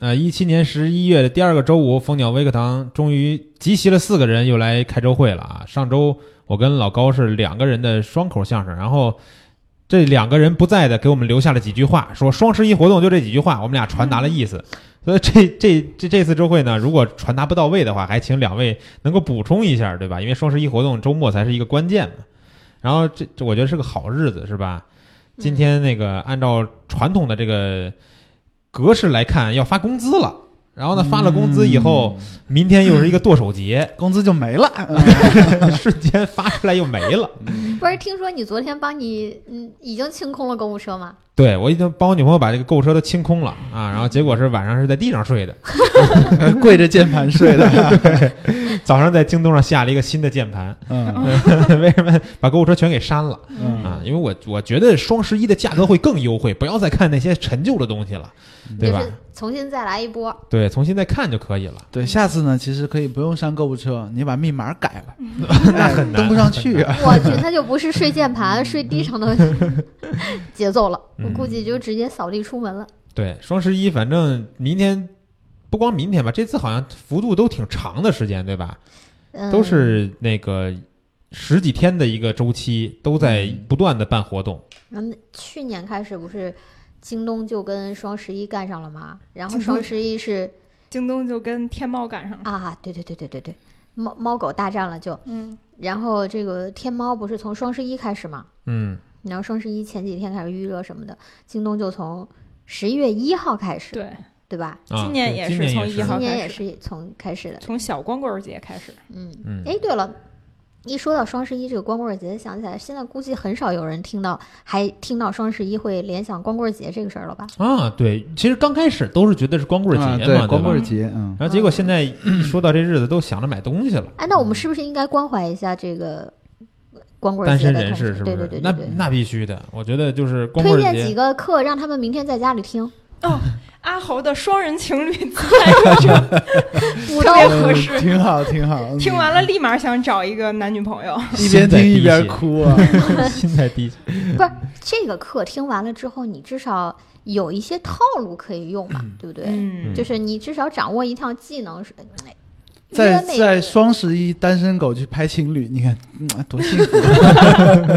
呃，一七年十一月的第二个周五，蜂鸟微课堂终于集齐了四个人，又来开周会了啊！上周我跟老高是两个人的双口相声，然后这两个人不在的给我们留下了几句话，说双十一活动就这几句话，我们俩传达了意思。所以这这这这次周会呢，如果传达不到位的话，还请两位能够补充一下，对吧？因为双十一活动周末才是一个关键嘛。然后这这我觉得是个好日子，是吧？今天那个按照传统的这个格式来看，要发工资了。然后呢，发了工资以后，明天又是一个剁手 节，工资就没了。 瞬间发出来又没了。不是，听说你昨天帮你嗯已经清空了购物车吗？对我已经帮我女朋友把这个购物车都清空了啊，然后结果是晚上是在地上睡的，呃跪着键盘睡的，早上在京东上下了一个新的键盘。 嗯为什么把购物车全给删了嗯啊？因为我我觉得双十一的价格会更优惠，不要再看那些陈旧的东西了，对吧就是？重新再来一波。对，从现在看就可以了。对，下次呢，其实可以不用上购物车，你把密码改了， 那很难登不上去啊。我去，那就不是睡键盘、睡地上的节奏了，我估计就直接扫地出门了。对，双十一反正明天不光明天吧，这次好像幅度都挺长的时间，对吧？嗯，都是那个十几天的一个周期，都在嗯不断的办活动。嗯，去年开始不是京东就跟双十一干上了吗？然后京东双十一是京东就跟天猫赶上了。啊，对对对对对对，猫猫狗大战了就，嗯，然后这个天猫不是从双十一开始吗？嗯，然后双十一前几天开始预热什么的，京东就从十一月一号开始，对，对吧？啊，今年对也今是年从也一是号今年开也始是从开始的，从小光棍儿节开始。嗯。嗯，哎，对了，一说到双十一这个光棍儿节，想起来现在估计很少有人听到，还听到双十一会联想光棍儿节这个事儿了吧？啊，对，其实刚开始都是觉得是光棍节嘛，啊对吧对，光棍节，嗯，然后结果现在一说到这日子，都想着买东西了。哎，那我们是不是应该关怀一下这个光棍儿单节的身人士同是不志对是？对对那对对。那必须的，我觉得就是光推棍荐几节，个课，让他们明天在家里 听，阿豪的双人情侣自在人生补特刀别合适。嗯挺好，挺好。嗯 听完了，立马想找一个男女朋友。一边听一边哭 啊。心态 低下。这个课听完了之后，你至少有一些套路可以用嘛，对不对？嗯就，是你至少掌握一套技能是，哎在约妹在子双十一，单身狗去拍情侣，你看嗯多幸福啊！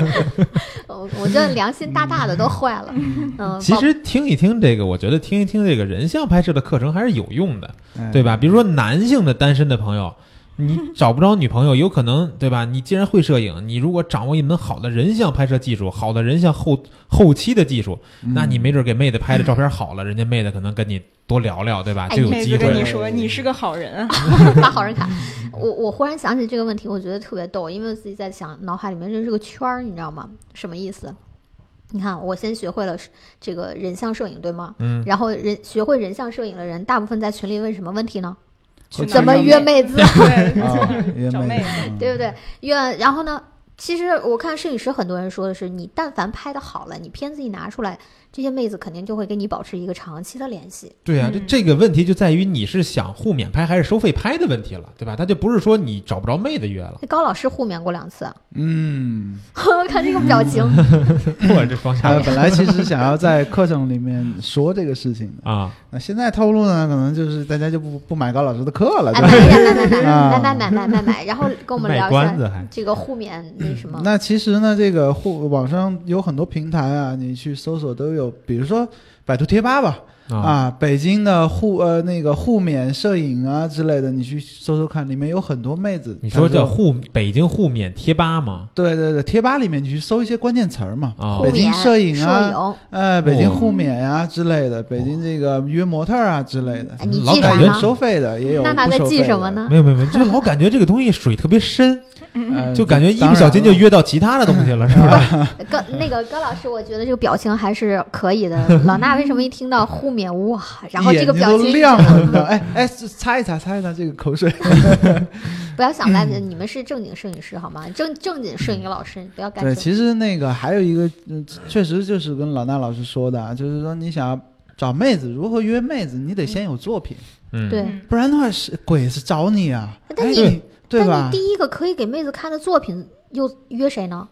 我我这良心大大的都坏了。嗯，其宝实听一听这个，我觉得听一听这个人像拍摄的课程还是有用的，哎对吧？比如说男性的单身的朋友，你找不着女朋友，有可能对吧？你既然会摄影，你如果掌握一门好的人像拍摄技术，好的人像后后期的技术，嗯那你没准给妹子拍的照片好了，人家妹子可能跟你多聊聊，对吧？哎就有妹机子跟会你了。说你是个好人啊，发好人卡。我我忽然想起这个问题，我觉得特别逗，因为我自己在想，脑海里面这是个圈儿，你知道吗？什么意思？你看，我先学会了是这个人像摄影，对吗？嗯，然后人学会人像摄影的人，大部分在群里问什么问题呢？嗯去哪儿怎么找约妹妹？子， 对，啊约找妹妹子，对不对？约，然后呢？其实我看摄影师很多人说的是，你但凡拍的好了，你片子一拿出来，这些妹子肯定就会跟你保持一个长期的联系。对呀、这嗯这个问题就在于你是想互免拍还是收费拍的问题了，对吧？他就不是说你找不着妹子约了，那高老师互免过两次啊， 嗯，我看这个表情，或者这双下他 巴本来其实想要在课程里面说这个事情的，啊，那现在套路呢，可能就是大家就不不买高老师的课了，哎，对买买买吧？买啊买买买买买买，然后跟我们聊卖一下关子还这个互免那什么，那其实呢，这个互网上有很多平台啊，你去搜索都有，比如说百度贴吧吧，啊，啊，北京的互呃那个互免摄影啊之类的，你去搜搜看，里面有很多妹子。你说她这互北京互免贴吧吗？对对对，贴吧里面你去搜一些关键词儿嘛，啊哦互北，京免摄影啊摄哎，北京互免呀、之类的，北京这个约模特儿啊之类的，哎你老记啥啥感有觉呢？收费的，也有娜娜不在收记费什的么？呢？没有没有没有，就老感觉这个东西水特别深，呃就感觉一当不小然心了就约到其他的东西了，是吧？高那个高老师，我觉得这个表情还是可以的。老娜为什么一听到互免哇，然后这个眼睛表都情亮了，你知道？哎哎，擦一擦，擦一擦这个口水。不要想歪的，你们是正经摄影师好吗？正正经摄影老师，你不要干对，这其实那个还有一个，嗯，确实就是跟老衲老师说的，啊，就是说你想要找妹子，如何约妹子，你得先有作品，嗯，对。嗯不然的话是鬼是找你啊，但哎你对但吧你？第一个可以给妹子看的作品又约谁呢？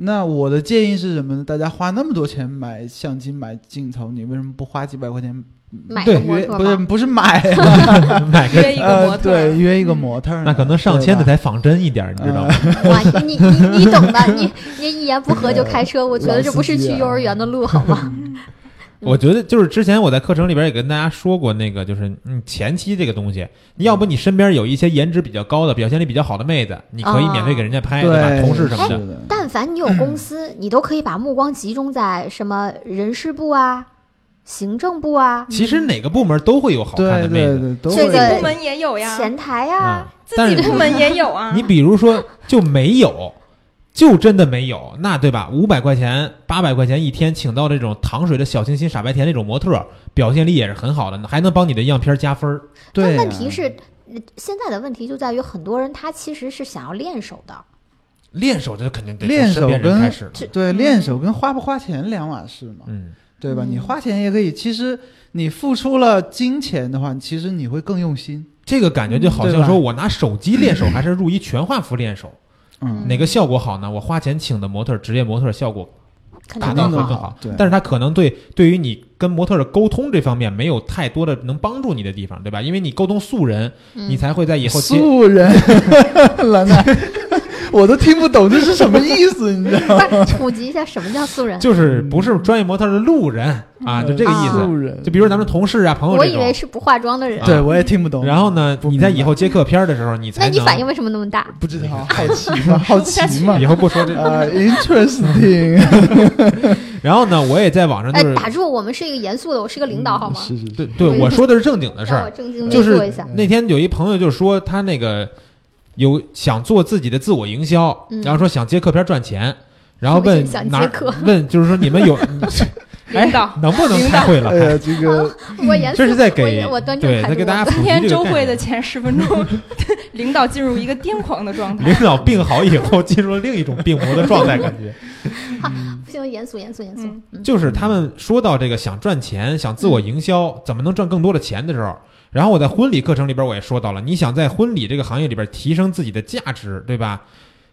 那我的建议是什么呢？大家花那么多钱买相机、买镜头，你为什么不花几百块钱买对个这模约特不是 吗？不 是买， 啊买个约一个模呃，特，对，约一个嗯模特儿呢，啊那可能上千的对吧才仿真一点儿，你知道吗？哇，你你你你懂的，你你一言不合就开车，我觉得这不是老司去机啊幼儿园的路，好吗？嗯我觉得就是之前我在课程里边也跟大家说过，那个就是嗯前期这个东西，你要不你身边有一些颜值比较高的、表现力比较好的妹子，你可以免费给人家拍，对吧？对同事什么是的，的，但凡你有公嗯司，你都可以把目光集中在什么人事部啊、行政部啊、其实哪个部门都会有好看对的妹对子。对，都这会自己个部门也有呀，前台啊嗯，，但自是己部门也有啊。你比如说就没有，就真的没有，那对吧？五百块钱、八百块钱一天，请到这种糖水的小清新、傻白甜那种模特，表现力也是很好的，还能帮你的样片加分儿。但对啊，问题是，呃现在的问题就在于很多人他其实是想要练手的，练手这肯定得从练手身边人跟开始了，对嗯练手跟花不花钱两码事嘛，嗯，对吧？你嗯花钱也可以，其实你付出了金钱的话，其实你会更用心，这个感觉就好对像吧说我拿手机练手，还是入一全画幅练手，嗯，哪个效果好呢？我花钱请的模特儿，职业模特儿效果肯肯定定更会更更好。好对，但是他可能对对于你跟模特儿的沟通这方面没有太多的能帮助你的地方，对吧？因为你沟通素人，嗯你才会在以后接素人， 兰兰，我都听不懂这是什么意思，你知道吗？不是普及一下什么叫素 人？就是不是专业模特儿的路人嗯啊，就这个意思。素人，嗯就比如咱们同事啊、朋友我这以为种，是不化妆的人，对我也听不懂，然后呢，不你明在白以后接客片儿的时候，你那才你能反应为什么那么大？不知 道，好奇嘛，好奇嘛以，后不说 这。啊，interesting，然后呢，我也在网上就哎是，打住！我们是一个严肃的，我是个领导，好吗？嗯是是是对对，我说的是正经的事让儿我，正经就的是说一下。那天有一朋友就说他那个有想做自己的自我营销，嗯然后说想接客片赚钱，然后问什么叫想哪接客 问就是说你们 有领导，能不能开会了哎还？呀，这个我严嗯肃，这是在我给也我端正对在态度。啊给大家我普今及这天个周概会念的前十分钟， 领导进入一个癫狂的状态领。导病好以后进入了另一种病魔的状态，感觉不行，严肃，严肃，严肃。嗯嗯就是他们说到这个想赚嗯钱、想自我营销，怎么能赚更多的钱的时候。然后我在婚礼课程里边我也说到了，你想在婚礼这个行业里边提升自己的价值，对吧？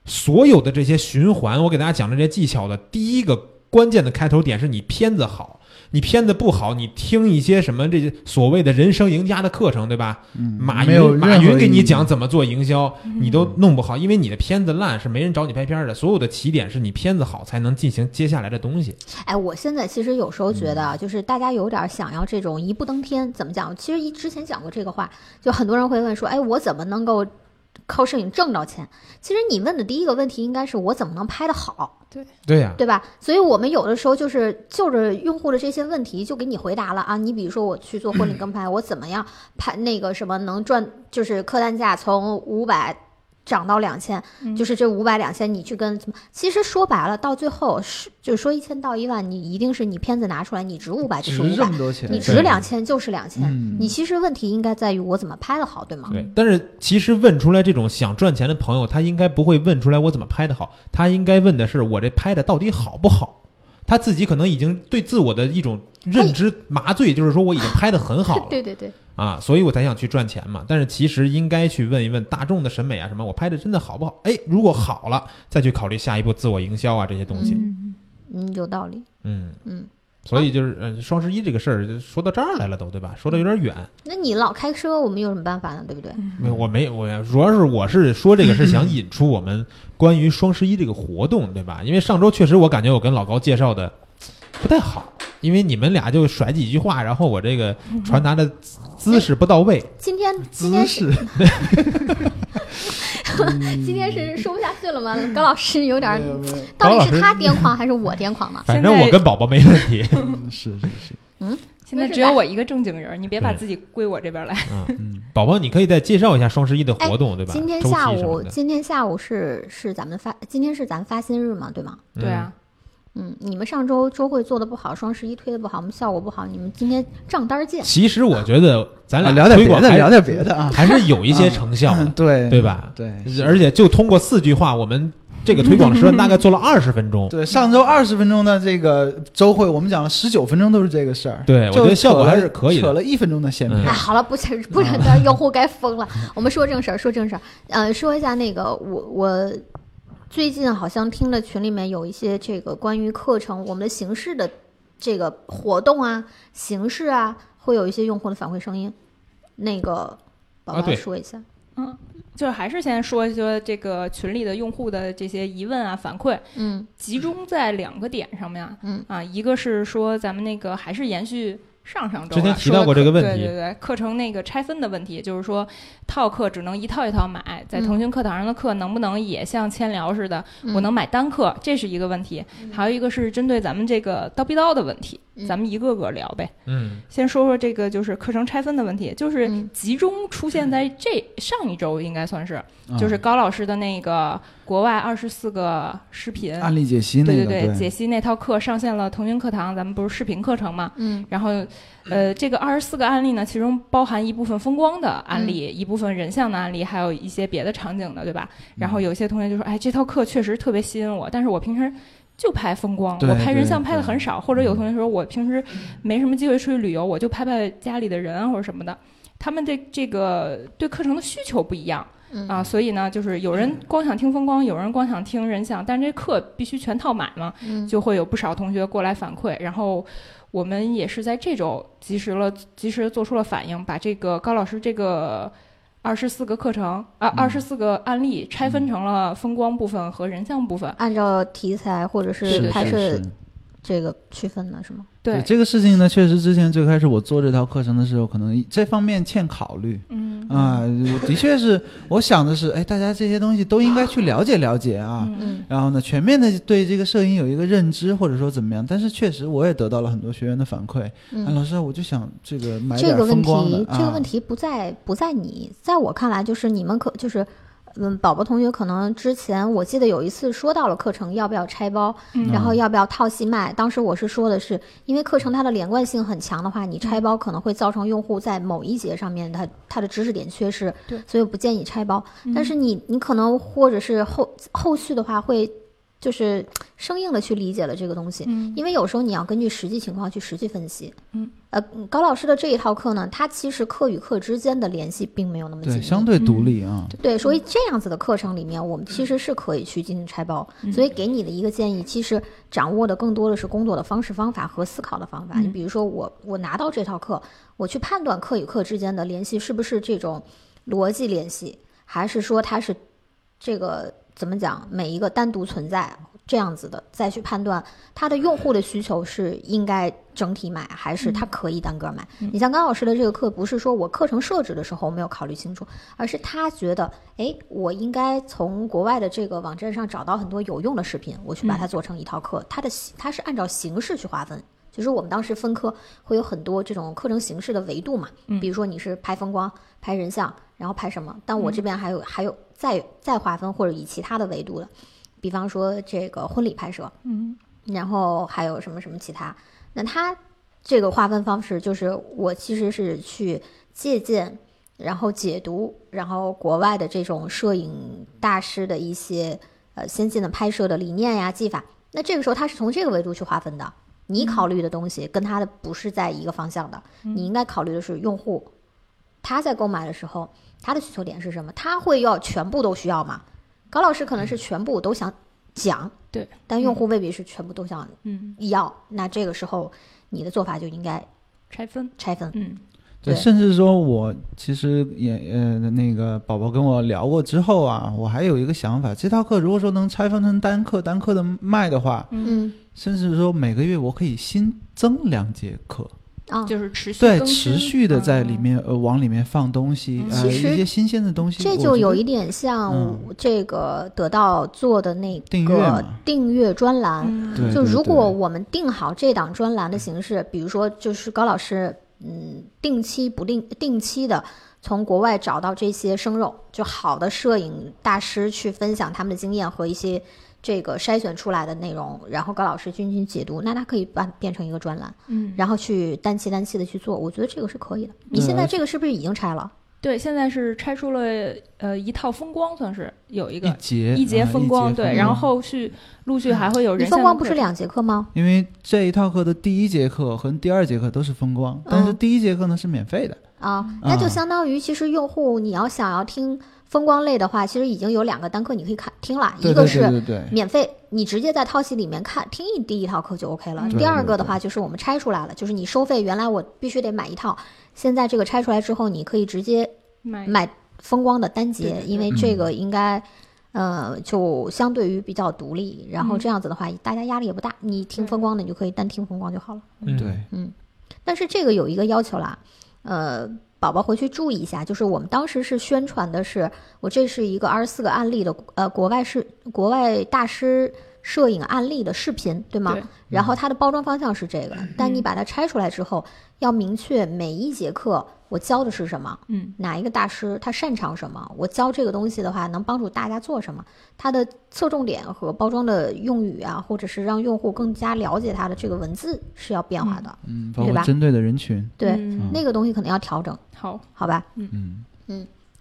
所有的这些循环，我给大家讲的这些技巧的第一个关键的开头点是你片子好，你片子不好，你听一些什么这些所谓的人生赢家的课程，对吧？嗯马没有云马任何云给意义嗯你讲，怎么做营销，你都弄不好，因为你的片子烂，是没人找你拍片儿的。所有的起点是你片子好，才能进行接下来的东西。哎，我现在其实有时候觉得啊，就是大家有点想要这种一步登天，怎么讲？其实一之前讲过这个话，就很多人会问说，哎，我怎么能够靠摄影挣着钱？其实你问的第一个问题应该是我怎么能拍得好，对呀、对吧？所以我们有的时候就是就着用户的这些问题就给你回答了啊。你比如说我去做婚礼跟拍，我怎么样拍那个什么能赚，就是客单价从五百。涨到两千，嗯就是这五百两千，你去跟怎么？其实说白了，到最后是就是说一千到一万，你一定是你片子拿出来，你值五百就值是五这百，么多钱，你对值两千就是两千。嗯，你其实问题应该在于我怎么拍的好，对吗？对，但是其实问出来这种想赚钱的朋友，他应该不会问出来我怎么拍的好，他应该问的是我这拍的到底好不好。他自己可能已经对自我的一种认知麻醉，就是说我已经拍的很好了， 对对对，啊，所以我才想去赚钱嘛。但是其实应该去问一问大众的审美啊，什么我拍的真的好不好？哎，如果好了，再去考虑下一步自我营销啊这些东西。嗯，有道理。嗯嗯，所以就是嗯、呃双十一这个事儿就说到这儿来了都，对吧？说的有点远。那你老开车，我们有什么办法呢？对不对？没有，我没我主要是我是说这个是想引出我们关于双十一这个活动，对吧？因为上周确实我感觉我跟老高介绍的不太好，因为你们俩就甩几句话，然后我这个传达的姿姿势不到位。嗯今天今姿天是势，今天是说不下去了吗？高老师有点儿，没有没有嗯高到老底师是他癫狂还是我癫狂呢？反正我跟宝宝没问题。 嗯是是是，现在只有我一个正经人，你别把自己归我这边来。嗯，宝宝，你可以再介绍一下双十一的活动，对吧？哎今天周期下什么午，的今天下午是是咱们发，今天是咱发薪日嘛，对吗？嗯对啊，嗯，你们上周周会做的不好，双十一推的不好，我们效果不好，你们今天账单儿见。其实我觉得咱俩啊聊点推别广还的，聊点别的啊，还是有一些成效嗯的，对对吧？对，而且就通过四句话，我们这个推广的时 段大概做了二十分钟。对，上周二十分钟的这个周会，我们讲了十九分钟都是这个事儿。对我觉得就效果扯了还是可以的扯了一分钟的闲篇嗯哎，。啊好了，不是不是，这用户该疯了。我们说正事儿，说正事儿。呃，说一下那个，我我最近好像听了群里面有一些这个关于课程我们的形式的这个活动啊、形式啊，会有一些用户的反馈声音，那个宝啊宝对说一下。就是还是先说一说这个群里的用户的这些疑问啊、反馈，嗯集中在两个点上面啊。嗯啊，一个是说咱们那个还是延续上上周之前啊提说到的过课这个问题对对对，课程那个拆分的问题，就是说套课只能一套一套买，在嗯腾讯课堂上的课能不能也像千聊似的，我能买单课，这是一个问题。还有一个是针对咱们这个叨逼叨的问题，嗯咱们一个个聊呗。嗯，先说说这个就是课程拆分的问题，就是嗯集中出现在这上一周应该算是，嗯就是高老师的那个国外二十四个视频，案例解析那对个，对，解析那套课上线了腾讯课堂，咱们不是视频课程嘛？嗯然后，呃，这个二十四个案例呢，其中包含一部分风光的嗯案例，一部分人像的案例，还有一些别的场景的，对吧？嗯然后有些同学就说，哎，这套课确实特别吸引我，但是我平时。就拍风光，对我拍人像对嗯拍的很少，或者有同学说我平时没什么机会出去旅游，我就拍拍家里的人啊或者什么的。他们对这个对课程的需求不一样，嗯啊，所以呢，就是有人光想听风光，有人光想听人像，但这课必须全套买嘛，嗯就会有不少同学过来反馈。然后我们也是在这周及时了，及时做出了反应，把这个高老师这个二十四个课程啊，二十四个案例拆嗯分成了风光部分和人像部分。按照题材或者是是对是拍是摄是。这个区分的是吗？对，这个事情呢，确实之前最开始我做这套课程的时候，可能这方面欠考虑嗯啊。我的确是，我想的是，哎，大家这些东西都应该去了解了解啊。嗯然后呢，全面的对这个摄影有一个认知，或者说怎么样。但是确实，我也得到了很多学员的反馈。啊，嗯，老师，我就想这个买这点个问风光的题，这个问啊题不在不在你，在我看来就是你们可就是。嗯，宝宝同学可能之前我记得有一次说到了课程要不要拆包，嗯然后要不要套系卖。当时我是说的是，因为课程它的连贯性很强的话，你嗯拆包可能会造成用户在某一节上面他他的知识点缺失对，所以我不建议拆包。但嗯是你你可能或者是后后续的话会就是生硬的去理解了这个东西，嗯因为有时候你要根据实际情况去实际分析。嗯，呃，高老师的这一套课呢，它其实课与课之间的联系并没有那么紧对密，相对独立啊。嗯对，所以这样子的课程里面，我们其实是可以去进行拆包。所以给你的一个建议，其实掌握的更多的是工作的方式、方法和思考的方法。你比如说我，我拿到这套课，我去判断课与课之间的联系是不是这种逻辑联系，还是说它是这个怎么讲，每一个单独存在这样子的，再去判断它的用户的需求是应该整体买，还是它可以单个买。你像高老师的这个课，不是说我课程设置的时候没有考虑清楚，而是他觉得，哎，我应该从国外的这个网站上找到很多有用的视频，我去嗯把它做成一套课。它的形它是按照形式去划分。就是我们当时分科会有很多这种课程形式的维度嘛，嗯比如说你是拍风光、拍人像，然后拍什么？但我嗯这边还有、还有再再划分或者以其他的维度的，比方说这个婚礼拍摄，嗯然后还有什么什么其他。那它这个划分方式，就是我其实是去借鉴，然后解读，然后国外的这种摄影大师的一些呃先进的拍摄的理念呀、技法。那这个时候，它是从这个维度去划分的。你考虑的东西跟它的不是在一个方向的，你应该考虑的是用户他在购买的时候，他的需求点是什么？他会要全部都需要吗？高老师可能是全部都想讲，对，但用户未必是全部都想嗯，要，那这个时候你的做法就应该拆分，拆分。嗯对，对甚至说我其实也呃那个宝宝跟我聊过之后啊，我还有一个想法，这套课如果说能拆分成单课单课的卖的话，嗯甚至说每个月我可以新增两节课，啊，就是持续对，更新持续的在里嗯面、呃往里面放东西，嗯呃其实一些新鲜的东西，这我就觉有得一点像嗯我这个得到做的那订阅个嘛订阅专栏。嗯对就如果对我们定好这档专栏的形式，比如说就是高老师，嗯，定期不定定期的从国外找到这些生肉，就好的摄影大师去分享他们的经验和一些这个筛选出来的内容，然后高老师进行解读，那它可以办变成一个专栏，嗯，然后去单期单期的去做，我觉得这个是可以的。你现在这个是不是已经拆了？对，现在是拆出了呃一套风光，算是有一一个节节啊风光，对，然后光后续陆续还会有嗯你人像风的光不是课两节课吗？因为这一套课的第一节课和第二节课都是风光，但是嗯第一节课呢是免费的，啊，那就相当于其实用户你要想要听风光类的话，其实已经有两个单课你可以看听了，对一对个对是对对，免费，你直接在套系里面看听一第一套课就 OK 了。嗯第二对对个的话就是我们拆出来了，就是你收费原来我必须得买一套，现在这个拆出来之后，你可以直接买买风光的单对节对，对因嗯为这个应该。呃，就相对于比较独立，然后嗯这样子的话，大家压力也不大。你听对风光的，你就可以单听风光就好了。嗯对，但是这个有一个要求啦，呃，宝宝回去注意一下，就是我们当时是宣传的是，我这是一个二十四个案例的，呃，国外是国外大师摄影案例的视频，对吗？对然后它的包装方向是这个，但你把它拆出来之后，要明确每一节课我教的是什么。嗯哪一个大师他擅长什么？我教这个东西的话，能帮助大家做什么？它的侧重点和包装的用语啊，或者是让用户更加了解它的这个文字是要变化的。嗯，包对括吧针对的人群，对，嗯那个东西可能要调整，好。好吧？嗯，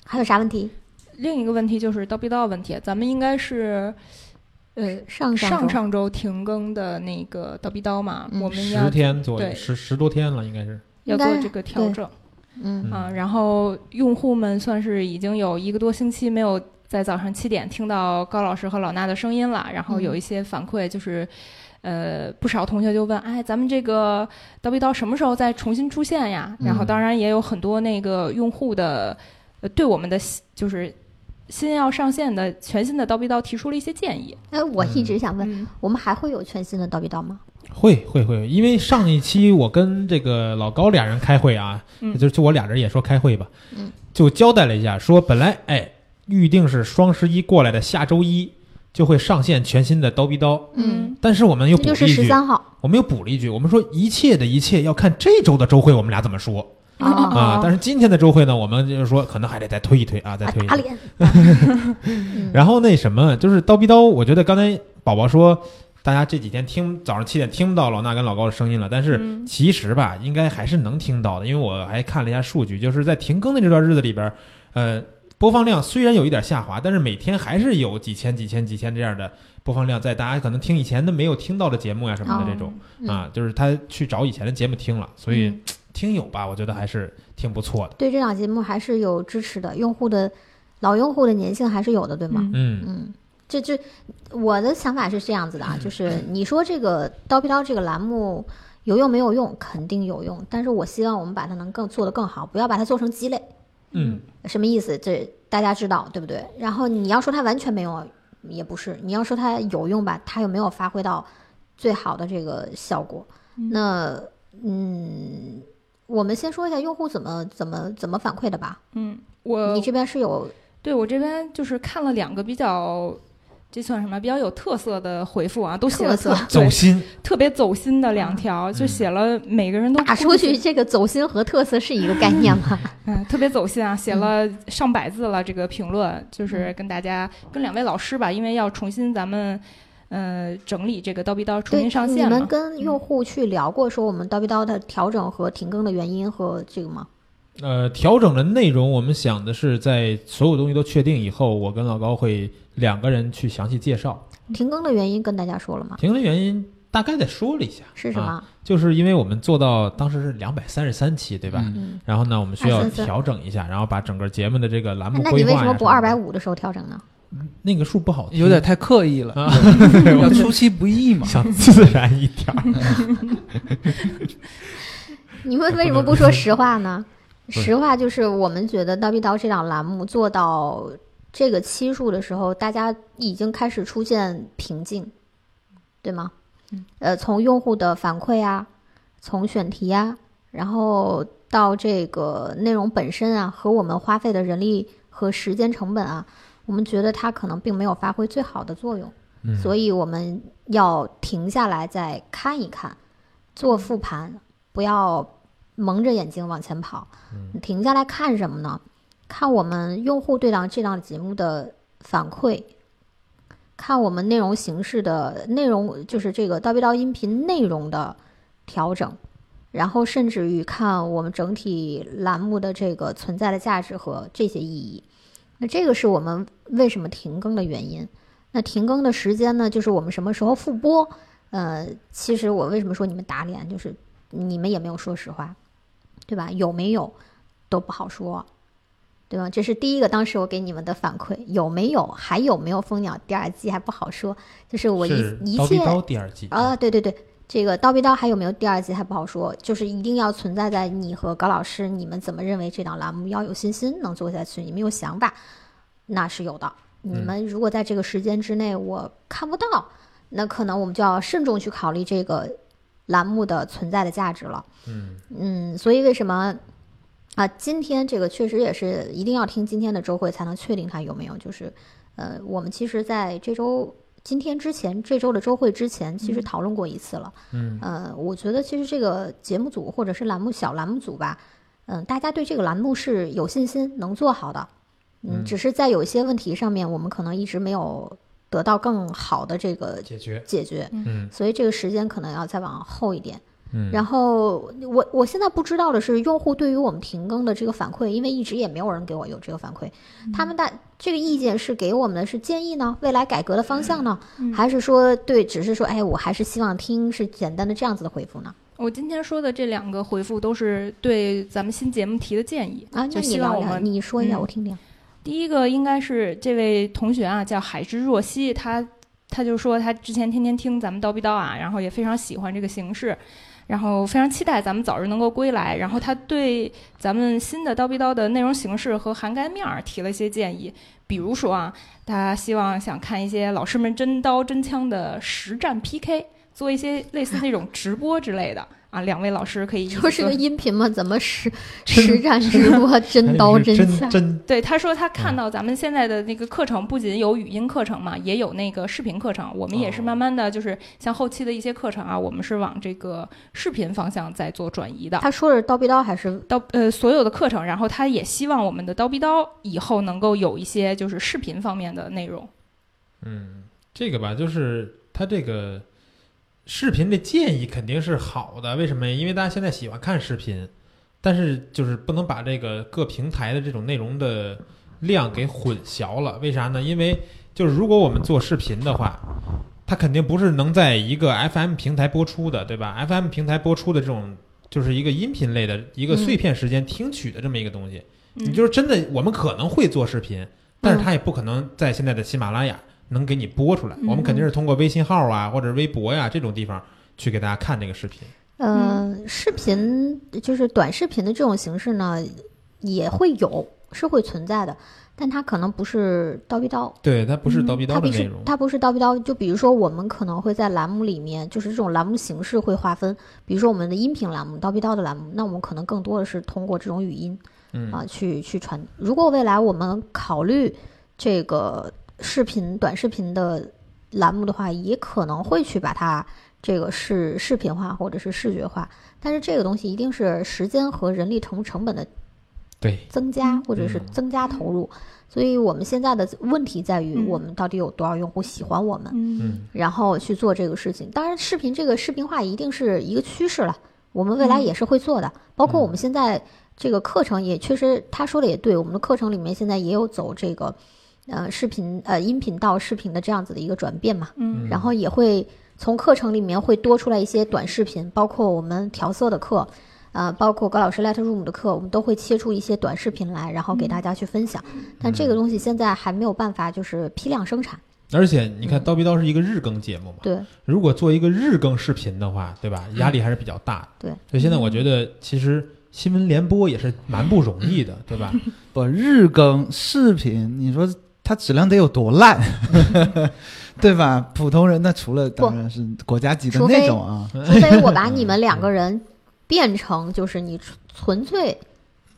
还有啥问题？另一个问题就是叨逼叨问题，咱们应该是，呃，上上上周上周停更的那个叨逼叨嘛，嗯我们十要天左右，对十十多天了，应该是。要应该做这个调对整嗯，啊。然后用户们算是已经有一个多星期没有在早上七点听到高老师和老衲的声音了，然后嗯有一些反馈就是。呃，不少同学就问，哎，咱们这个叨逼叨什么时候再重新出现呀？然后，嗯当然也有很多那个用户的，呃，对我们的就是新要上线的全新的叨逼叨提出了一些建议。哎，我一直想问，嗯我们还会有全新的叨逼叨吗？会会会，因为上一期我跟这个老高俩人开会啊，嗯就就我俩人也说开会吧，嗯就交代了一下，说本来哎预定是双十一过来的下周一就会上线全新的刀逼刀，嗯但是我们又这补了就一是十句，三号我们又补了一句，我们说一切的一切要看这周的周会我们俩怎么说嗯啊啊，但是今天的周会呢，我们就是说可能还得再推一推啊，再啊，推一打推。 脸。嗯然后那什么，就是刀逼刀，我觉得刚才宝宝说，大家这几天听早上七点听不到老衲跟老高的声音了，但是嗯其实吧，应该还是能听到的，因为我还看了一下数据，就是在停更的这段日子里边，呃，播放量虽然有一点下滑，但是每天还是有几千、几千、几千这样的播放量，在大家可能听以前的没有听到的节目呀、什么的这种、嗯啊，就是他去找以前的节目听了，所以嗯听友吧，我觉得还是挺不错的，对这档节目还是有支持的，用户的老用户的粘性还是有的，对吗？嗯嗯嗯，这这，我的想法是这样子的啊，就是嗯你说这个“叨逼叨”这个栏目有用没有用，肯定有用，但是我希望我们把它能更做得更好，不要把它做成鸡肋。嗯什么意思？这大家知道对不对？然后你要说它完全没用，也不是；你要说它有用吧，它又没有发挥到最好的这个效果。嗯那嗯，我们先说一下用户怎么怎么怎么反馈的吧。嗯，我你这边是有对我这边就是看了两个比较，这算什么？比较有特色的回复啊，都写了特色嗯特走对心，特别走心的两条，就写了每个人都打出去，这个走心和特色是一个概念吗？嗯，特别走心啊，写了上百字了。这个评论就是嗯跟大家跟两位老师吧，因为要重新咱们呃整理这个刀逼刀 重对，新上你线们嘛。跟用户去聊过说我们叨逼叨的调整和停更的原因和这个吗？呃，调整的内容，我们想的是在所有东西都确定以后，我跟老高会两个人去详细介绍。嗯停更的原因跟大家说了吗？停的原因大概再说了一下，是什么？啊就是因为我们做到当时是两百三十三期，对吧？嗯嗯，然后呢，我们需要233调整一下，然后把整个节目的这个栏目那规划你为呀什么不什么二的百五的时候调整呢？那个数不好听，有点太刻意了，啊， 要出其不意嘛。想自然一点儿。 你们为什么不说实话呢？实话就是，我们觉得《叨逼叨》这档栏目做到这个期数的时候，大家已经开始出现瓶颈，对吗？呃，从用户的反馈啊，从选题啊，然后到这个内容本身啊，和我们花费的人力和时间成本啊，我们觉得它可能并没有发挥最好的作用。嗯所以我们要停下来再看一看，做复盘，不要蒙着眼睛往前跑。停下来看什么呢？看我们用户对档这档节目的反馈，看我们内容形式的内容，就是这个叨逼叨音频内容的调整，然后甚至于看我们整体栏目的这个存在的价值和这些意义。那这个是我们为什么停更的原因。那停更的时间呢，就是我们什么时候复播？呃，其实我为什么说你们打脸，就是你们也没有说实话，对吧？有没有都不好说，对吧？这是第一个，当时我给你们的反馈，有没有还有没有蜂鸟第二季还不好说，就是我一是一刀切逼刀第二季啊，，对对对，这个刀逼刀还有没有第二季还不好说，就是一定要存在在你和高老师你们怎么认为这档栏目要有信心能做下去，你们有想法，那是有的。你嗯们如果在这个时间之内我看不到，那可能我们就要慎重去考虑这个栏目的存在的价值了。嗯，嗯，所以为什么啊？今天这个确实也是一定要听今天的周会才能确定它有没有。就是呃，我们其实在这周今天之前，这周的周会之前，其实嗯讨论过一次了。嗯，呃，我觉得其实这个节目组或者是栏目小栏目组吧，嗯、大家对这个栏目是有信心能做好的。嗯，嗯只是在有一些问题上面，我们可能一直没有得到更好的这个解决，解决，嗯所以这个时间可能要再往后一点。嗯，然后我我现在不知道的是，用户对于我们停更的这个反馈，因为一直也没有人给我有这个反馈，他们的这个意见是给我们的是建议呢，未来改革的方向呢，嗯还是说对，只是说哎，我还是希望听是简单的这样子的回复呢？我今天说的这两个回复都是对咱们新节目提的建议啊，就那你希望聊我聊，们你说一下，嗯我听 听。第一个应该是这位同学啊，叫海之若曦，他他就说他之前天天听咱们叨逼叨啊，然后也非常喜欢这个形式，然后非常期待咱们早日能够归来。然后他对咱们新的叨逼叨的内容形式和涵盖面儿提了一些建议，比如说啊，他希望想看一些老师们真刀真枪的实战 PK，做一些类似那种直播之类的啊，两位老师可以一起说是做个音频吗？怎么实 真实战直播，真刀真枪？真对，他说他看到咱们现在的那个课程，不仅有语音课程嘛，也有那个视频课程。我们也是哦慢慢的就是像后期的一些课程啊，我们是往这个视频方向在做转移的。他说的是刀逼刀还是刀呃所有的课程，然后他也希望我们的刀逼刀以后能够有一些就是视频方面的内容。嗯，这个吧，就是他这个视频的建议肯定是好的，为什么？因为大家现在喜欢看视频，但是就是不能把这个各平台的这种内容的量给混淆了。为啥呢？因为就是如果我们做视频的话，它肯定不是能在一个 FM 平台播出的，对吧？FM 平台播出的这种就是一个音频类的一个嗯碎片时间听取的这么一个东西。嗯你就是真的，我们可能会做视频，但是嗯它也不可能在现在的喜马拉雅能给你播出来。嗯我们肯定是通过微信号啊，或者微博呀、这种地方去给大家看这个视频。呃，视频就是短视频的这种形式呢，也会有，是会存在的，但它可能不是刀逼刀，对，它不是刀逼嗯它刀的必内须容。它不是刀逼刀。就比如说，我们可能会在栏目里面，就是这种栏目形式会划分，比如说我们的音频栏目、刀逼刀的栏目，那我们可能更多的是通过这种语音嗯啊去去传。如果未来我们考虑这个视频、短视频的栏目的话，也可能会去把它这个视视频化或者是视觉化，但是这个东西一定是时间和人力成成本的对，增加嗯或者是嗯增加投入。所以我们现在的问题在于，嗯我们到底有多少用户喜欢我们？嗯嗯然后去做这个事情。当然，视频这个视频化一定是一个趋势了，我们未来嗯也是会做的。包括我们现在这个课程也确实，他说的也对，我们的课程里面现在也有走这个呃视频呃音频到视频的这样子的一个转变嘛，嗯然后也会从课程里面会多出来一些短视频，包括我们调色的课。呃，包括高老师 Lightroom 的课，我们都会切出一些短视频来，然嗯后给大家去分享。但这个东西现在还没有办法就是批量生产，而且你看，嗯刀逼刀是一个日更节目嘛， 对，嗯如果做一个日更视频的话，对吧？压力还是比较大的。对，所以现在我觉得其实新闻联播也是蛮不容易嗯的，对吧？不，日更视频，你说它质量得有多 烂，对吧？普通人那除了当然是国家级的除非那种啊，除非我把你们两个人变成就是你纯纯粹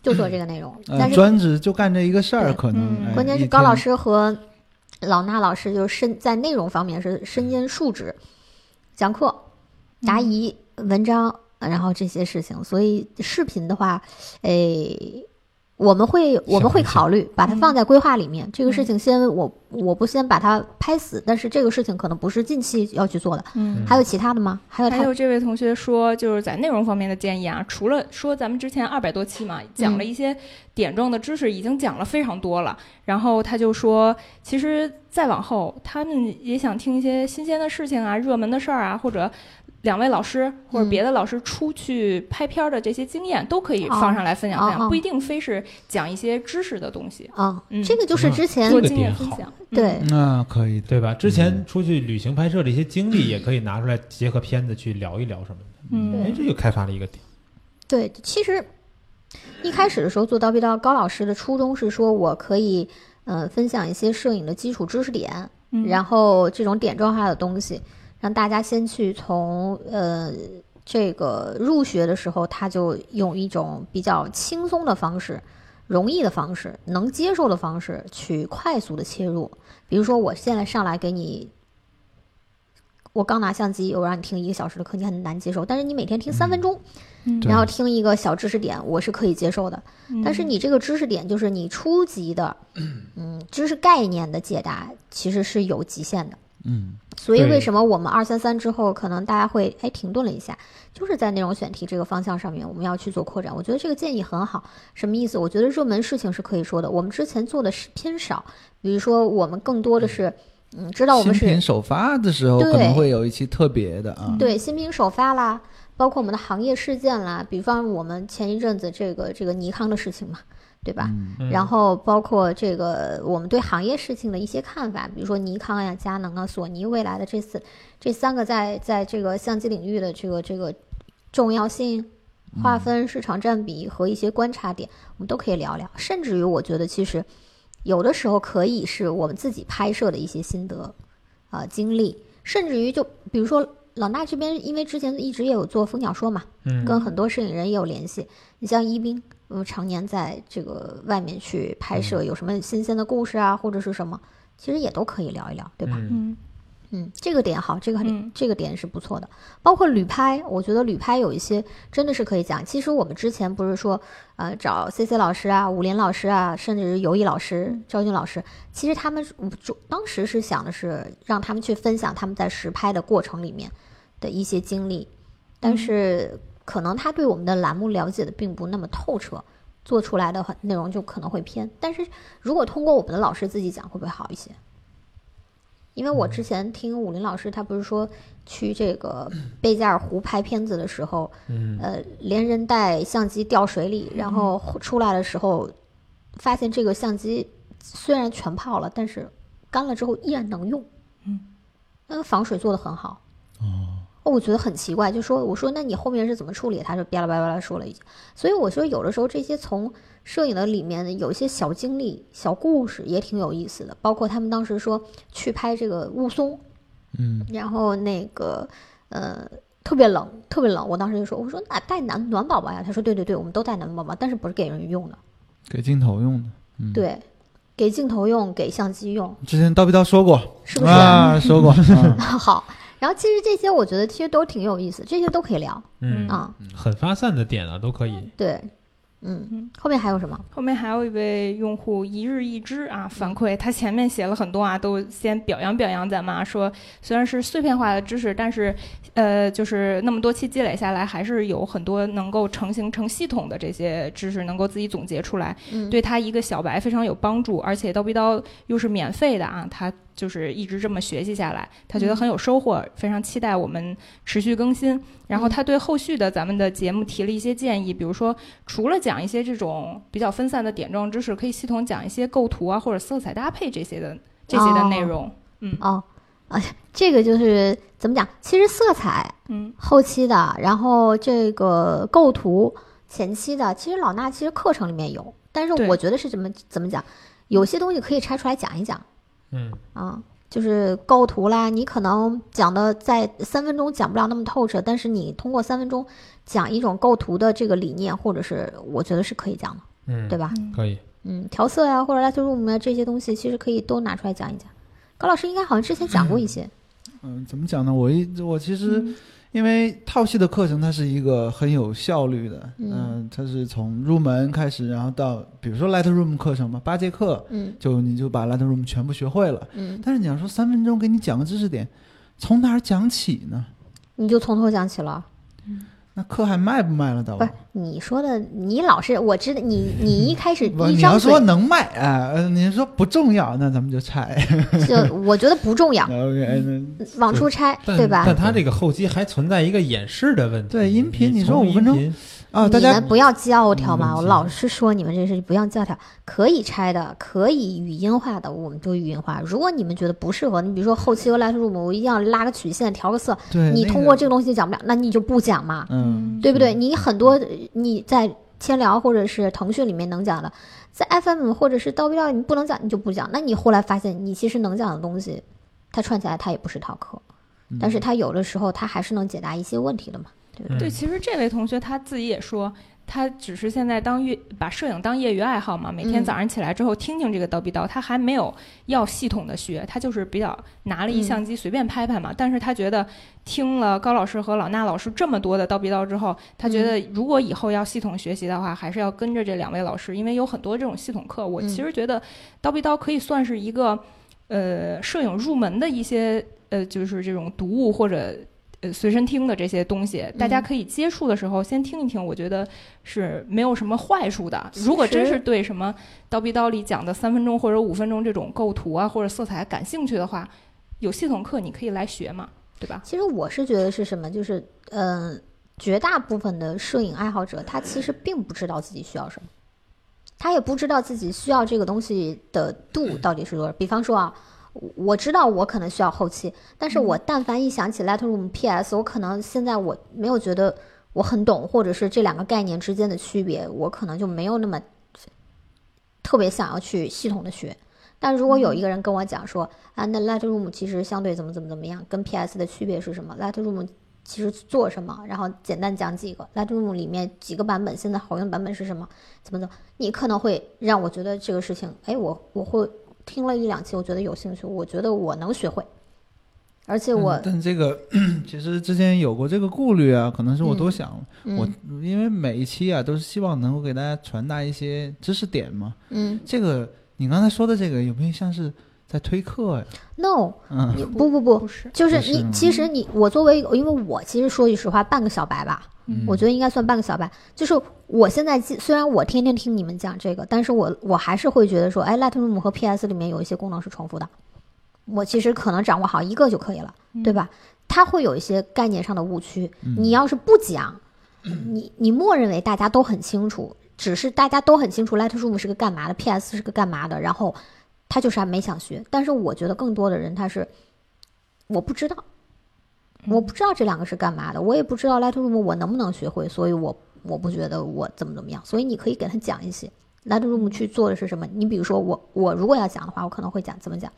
就做这个内容，呃 但，是专职就干这一个事儿，对可能嗯哎关键一是高老天师和老衲老师就是身在内容方面是嗯身兼数职，讲课、答嗯疑、文章，然后这些事情，所以视频的话，诶、我们会我们会考虑把它放在规划里面。这个事情先我我不先把它拍死，但是这个事情可能不是近期要去做的。嗯还有其他的吗？还有还他有这位同学说，就是在内容方面的建议啊，除了说咱们之前二百多期嘛，嗯讲了一些点状的知识，已经讲了非常多了。然后他就说，其实再往后，他们也想听一些新鲜的事情啊、热门的事儿啊，或者两位老师或者嗯别的老师出去拍片儿的这些经验，都可以放上来分享哦分享，哦不一定非是讲一些知识的东西，啊嗯，这个就是嗯之前这做个经验点分好享。嗯对那可以的。对吧？之前嗯出去旅行拍摄的一些经历，也可以拿出来结合片子去聊一聊什么的。嗯哎，这就开发了一个点。对，其实一开始的时候做刀逼刀，高老师的初衷是说我可以呃分享一些摄影的基础知识点，嗯然后这种点状化的东西，让大家先去从呃这个入学的时候，他就用一种比较轻松的方式。容易的方式，能接受的方式去快速的切入。比如说，我现在上来给你，我刚拿相机，我让你听一个小时的课，你很难接受。但是你每天听三分钟，嗯对嗯然后听一个小知识点，我是可以接受的。但是你这个知识点就是你初级的， 嗯，知识概念的解答其实是有极限的。嗯，所以对为什么我们二三三之后，可能大家会哎停顿了一下，就是在内容选题这个方向上面，我们要去做扩展。我觉得这个建议很好，什么意思？我觉得热门事情是可以说的，我们之前做的是偏少，比如说我们更多的是，嗯，知道我们是新品首发的时候对可能会有一期特别的啊，对新品首发啦，包括我们的行业事件啦，比方我们前一阵子这个这个尼康的事情嘛，对吧？嗯然后包括这个我们对行业事情的一些看法，比如说尼康呀、佳能啊、索尼未来的这次这三个在在这个相机领域的这个这个重要性。划分市场占比和一些观察点，我们都可以聊聊。甚至于，我觉得其实有的时候可以是我们自己拍摄的一些心得啊、经历，甚至于就比如说老衲这边，因为之前一直也有做蜂鸟说嘛，嗯，跟很多摄影人也有联系。你像一斌，嗯，常年在这个外面去拍摄，有什么新鲜的故事啊，或者是什么，其实也都可以聊一聊，对吧？嗯嗯嗯，这个点好，这个点、嗯这个点是不错的。包括旅拍，我觉得旅拍有一些真的是可以讲。其实我们之前不是说，呃，找 C C 老师啊、武林老师啊，甚至是尤毅老师嗯、赵军老师，其实他们是我们就当时是想的是让他们去分享他们在实拍的过程里面的一些经历，但嗯是可能他对我们的栏目了解的并不那么透彻。做出来的很内容就可能会偏，但是如果通过我们的老师自己讲，会不会好一些？因为我之前听武林老师，他不是说去这个贝加尔湖拍片子的时候，嗯呃，连人带相机掉水里，然后出来的时候，发现这个相机虽然全泡了，但是干了之后依然能用。嗯，那个防水做的很好。哦，我觉得很奇怪，就说我说那你后面是怎么处理？他就巴拉巴拉巴拉说了一句。所以我说有的时候这些从摄影的里面有一些小经历、小故事也挺有意思的，包括他们当时说去拍这个雾凇，嗯，然后那个呃特别冷，特别冷。我当时就说，我说那带暖暖宝宝呀？他说对对对，我们都带暖宝宝，但是不是给人用的，给镜头用的。嗯，，对，给镜头用，给相机用，之前叨逼叨说过是不是？啊，说过，啊好。然后其实这些我觉得其实都挺有意思，这些都可以聊嗯，啊、很发散的点啊，都可以。对，嗯，后面还有什么？后面还有一位用户一日一知啊反馈，他前面写了很多啊，都先表扬表扬咱们啊，说虽然是碎片化的知识，但是呃，就是那么多期积累下来，还是有很多能够成型成系统的这些知识，能够自己总结出来，嗯对他一个小白非常有帮助。而且刀逼刀又是免费的啊，他就是一直这么学习下来，他觉得很有收获，非常期待我们持续更新。然后他对后续的咱们的节目提了一些建议，比如说除了讲一些这种比较分散的点状知识，可以系统讲一些构图啊或者色彩搭配这些的这些的内容。嗯哦，啊，这个就是怎么讲？其实色彩嗯后期的，然后这个构图前期的，其实老衲其实课程里面有，但是对我觉得是怎么怎么讲，有些东西可以拆出来讲一讲嗯，啊。就是构图啦，你可能讲的在三分钟讲不了那么透彻，但是你通过三分钟讲一种构图的这个理念，或者是我觉得是可以讲的，嗯，对吧？可以。嗯，调色呀、或者 Lightroom 啊这些东西，其实可以都拿出来讲一讲。高老师应该好像之前讲过一些，嗯，怎么讲呢？我一我其实嗯因为套系的课程，它是一个很有效率的，嗯嗯，它是从入门开始，然后到比如说 Lightroom 课程嘛，八节课，嗯就你就把 Lightroom 全部学会了。嗯，但是你要说三分钟给你讲个知识点，从哪儿讲起呢？你就从头讲起了。那课还卖不卖了都？不是你说的，你老是我知道你你一开始嗯不，一你要张说嘴能卖啊，呃你说不重要，那咱们就拆。就我觉得不重 要， OK，那往出拆，但对吧但？它这个后期还存在一个演示的问题。对音频你你说从五分钟音频啊，大你家们不要教条嘛！嗯我老是说你们这是不要教条，可以拆的，可以语音化的，我们就语音化。如果你们觉得不适合，你比如说后期由 Lightroom，我一定要拉个曲线，调个色，对你那通个过这个东西讲不了，那你就不讲嘛。嗯，对不对？你很多呃你在千聊或者是腾讯里面能讲的，在 FM 或者是刀逼料你不能讲，你就不讲。那你后来发现，你其实能讲的东西，它串起来它也不是套课，但是它有的时候它还是能解答一些问题的嘛，对不对？对，嗯其实这位同学他自己也说，他只是现在当业把摄影当业余爱好嘛，每天嗯早上起来之后听听这个叨逼叨，他还没有要系统的学，他就是比较拿了一嗯相机随便拍拍嘛。但是他觉得听了高老师和老衲老师这么多的叨逼叨之后，他觉嗯得如果以后要系统学习的话，还是要跟着这两位老师，因为有很多这种系统课。我嗯其实觉得叨逼叨可以算是一个呃摄影入门的一些呃就是这种读物或者呃随身听的这些东西，大家可以接触的时候先听一听，我觉得是没有什么坏处的。其实如果真是对什么叨逼叨里讲的三分钟或者五分钟这种构图啊或者色彩感兴趣的话，有系统课你可以来学嘛，对吧？其实我是觉得是什么，就是嗯、呃绝大部分的摄影爱好者，他其实并不知道自己需要什么，他也不知道自己需要这个东西的度到底是多少。比方说啊，我我知道我可能需要后期，但是我但凡一想起 Lightroom PS，我可能现在我没有觉得我很懂，或者是这两个概念之间的区别，我可能就没有那么特别想要去系统的学。但如果有一个人跟我讲说，啊，那 Lightroom 其实相对怎么怎么怎么样，跟 PS 的区别是什么？Lightroom 其实做什么？然后简单讲几个 Lightroom 里面几个版本，现在好用版本是什么？怎么怎么？你可能会让我觉得这个事情，哎，我我会听了一两期，我觉得有兴趣，我觉得我能学会，而且我嗯但这个其实之前有过这个顾虑啊，可能是我多想了。我嗯因为每一期啊都是希望能够给大家传达一些知识点嘛。嗯这个你刚才说的这个有没有像是在推课呀、 ，no，嗯你不不不不，是，就是不是你吗其实你我作为一个，因为我其实说句实话，半个小白吧，嗯，我觉得应该算半个小白。就是我现在记虽然我天天听你们讲这个，但是我我还是会觉得说，哎，Lightroom 和 PS 里面有一些功能是重复的，我其实可能掌握好一个就可以了，对吧？它会有一些概念上的误区，你要是不讲，你你默认为大家都很清楚，只是大家都很清楚 Lightroom 是个干嘛的，PS 是个干嘛的，然后他就是还没想学。但是我觉得更多的人他是我不知道，我不知道这两个是干嘛的，我也不知道 Lightroom 我能不能学会，所以我我不觉得我怎么怎么样。所以你可以给他讲一些 Lightroom 去做的是什么。你比如说我我如果要讲的话，我可能会讲怎么讲。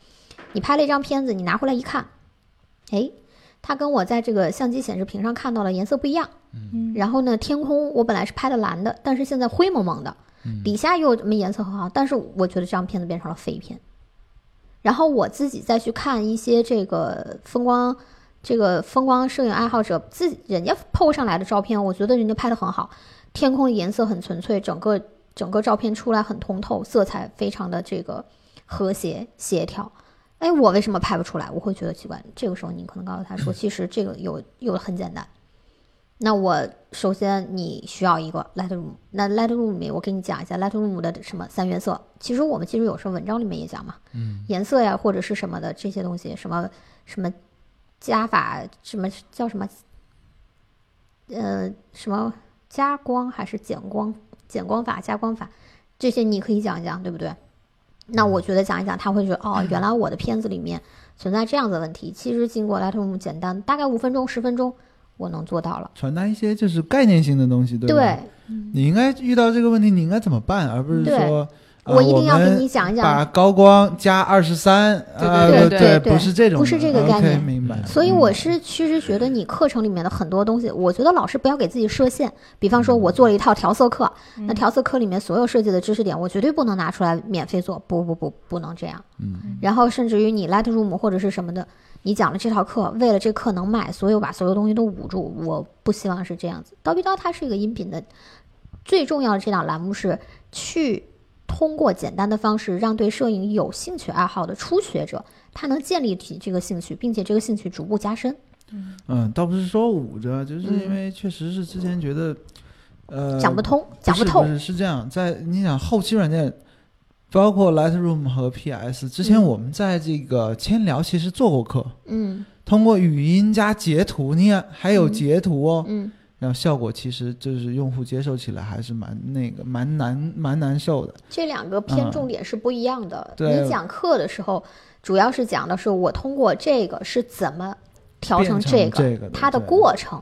你拍了一张片子，你拿回来一看，哎，它跟我在这个相机显示屏上看到的颜色不一样。嗯然后呢，天空我本来是拍的蓝的，但是现在灰蒙蒙的，底下又没颜色很好，但是我觉得这张片子变成了废片。然后我自己再去看一些这个风光，这个风光摄影爱好者自己人家 PO 上来的照片，我觉得人家拍的很好，天空的颜色很纯粹，整个整个照片出来很通透，色彩非常的这个和谐协调。哎，我为什么拍不出来？我会觉得奇怪。这个时候，你可能告诉他说，其实这个有有很简单。那我首先你需要一个 Lightroom，那 Lightroom 里面我给你讲一下 Lightroom 的什么三原色。其实我们其实有时候文章里面也讲嘛，嗯，颜色呀或者是什么的这些东西，什么什么加法，什么叫什么，呃，什么加光还是减光，减光法、加光法，这些你可以讲一讲，对不对？那我觉得讲一讲，他会觉得哦，原来我的片子里面存在这样的问题。其实经过 Lightroom 简单，大概五分钟、十分钟，我能做到了。传达一些就是概念性的东西，对吧？啊对，你应该遇到这个问题，你应该怎么办，而不是对说。呃我一定要给们你讲一把讲。高光加二十三，啊，对对对对对不是这种的，不是这个概 OK，念明白。嗯所以我是其实觉得你课程里面的很多东西，我觉得老师不要给自己设限。比方嗯说，我做了一套调色课，那调色课里面所有设计的知识点，我绝对不能拿出来免费做，不不不，不能这样。嗯，然后甚至于你 Lightroom 或者是什么的，你讲了这套课，为了这课能卖，所有把所有东西都捂住，我不希望是这样子。刀逼刀它是一个音频的，最重要的这档栏目是去通过简单的方式，让对摄影有兴趣爱好的初学者，他能建立起这个兴趣，并且这个兴趣逐步加深。嗯嗯，倒不是说捂着，就是因为确实是之前觉得，呃，嗯讲不通，讲不是透不。是是这样，在你想后期软件，包括 Lightroom 和 PS，之前嗯我们在这个千聊其实做过课，嗯通过语音加截图，你看还有嗯截图哦，嗯然后效果其实就是用户接受起来还是蛮那个蛮难蛮难受的。这两个偏嗯重点是不一样的。对你讲课的时候，主要是讲的是我通过这个是怎么调变成成这个，这个的它的对过程。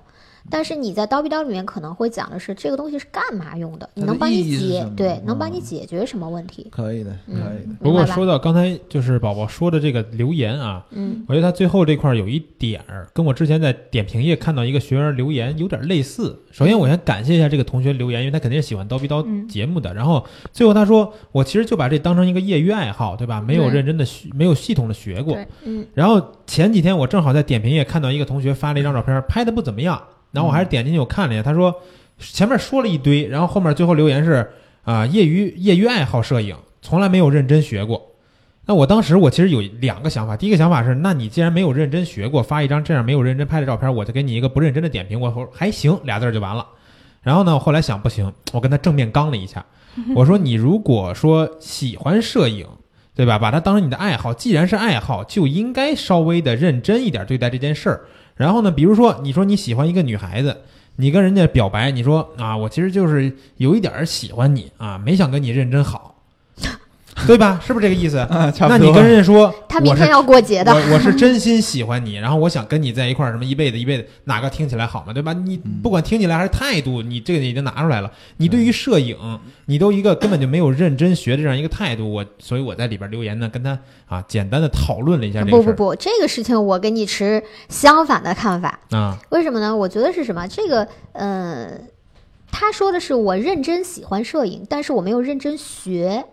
但是你在刀逼刀里面可能会讲的是这个东西是干嘛用的，它你的能帮意义你是解什么对，能帮你嗯解决什么问题？可以的，可嗯以的。不过明白吧说到刚才就是宝宝说的这个留言啊，嗯我觉得他最后这块儿有一点儿，跟我之前在点评页看到一个学员留言有点类似。首先，我先感谢一下这个同学留言，因为他肯定是喜欢刀逼刀嗯节目的。然后最后他说，我其实就把这当成一个业余爱好，对吧？没有对认真的学，没有系统的学过对。嗯然后前几天我正好在点评页看到一个同学发了一张照片，拍的不怎么样，然后我还是点进去我看了一下，他说前面说了一堆，然后后面最后留言是啊、业余业余爱好摄影，从来没有认真学过。那我当时我其实有两个想法，第一个想法是，那你既然没有认真学过，发一张这样没有认真拍的照片，我就给你一个不认真的点评，我说还行俩字儿就完了。然后呢，我后来想不行，我跟他正面刚了一下，嗯我说你如果说喜欢摄影，对吧？把它当成你的爱好，既然是爱好，就应该稍微的认真一点对待这件事儿。然后呢，比如说你说你喜欢一个女孩子，你跟人家表白，你说啊，我其实就是有一点儿喜欢你啊，没想跟你认真好，对吧？是不是这个意思？啊， 差那不多。你跟人家说，他明我是天要过节的，我我是真心喜欢你，然后我想跟你在一块儿，什么一辈子一辈子，哪个听起来好嘛，对吧？你嗯不管听起来还是态度，你这个已经拿出来了。你对于摄影，你都一个根本就没有认真学这样一个态度，我所以我在里边留言呢，跟他啊简单的讨论了一下这不个事不儿不，这个事情我跟你持相反的看法。啊，为什么呢？我觉得是什么？这个，呃，他说的是我认真喜欢摄影，但是我没有认真学，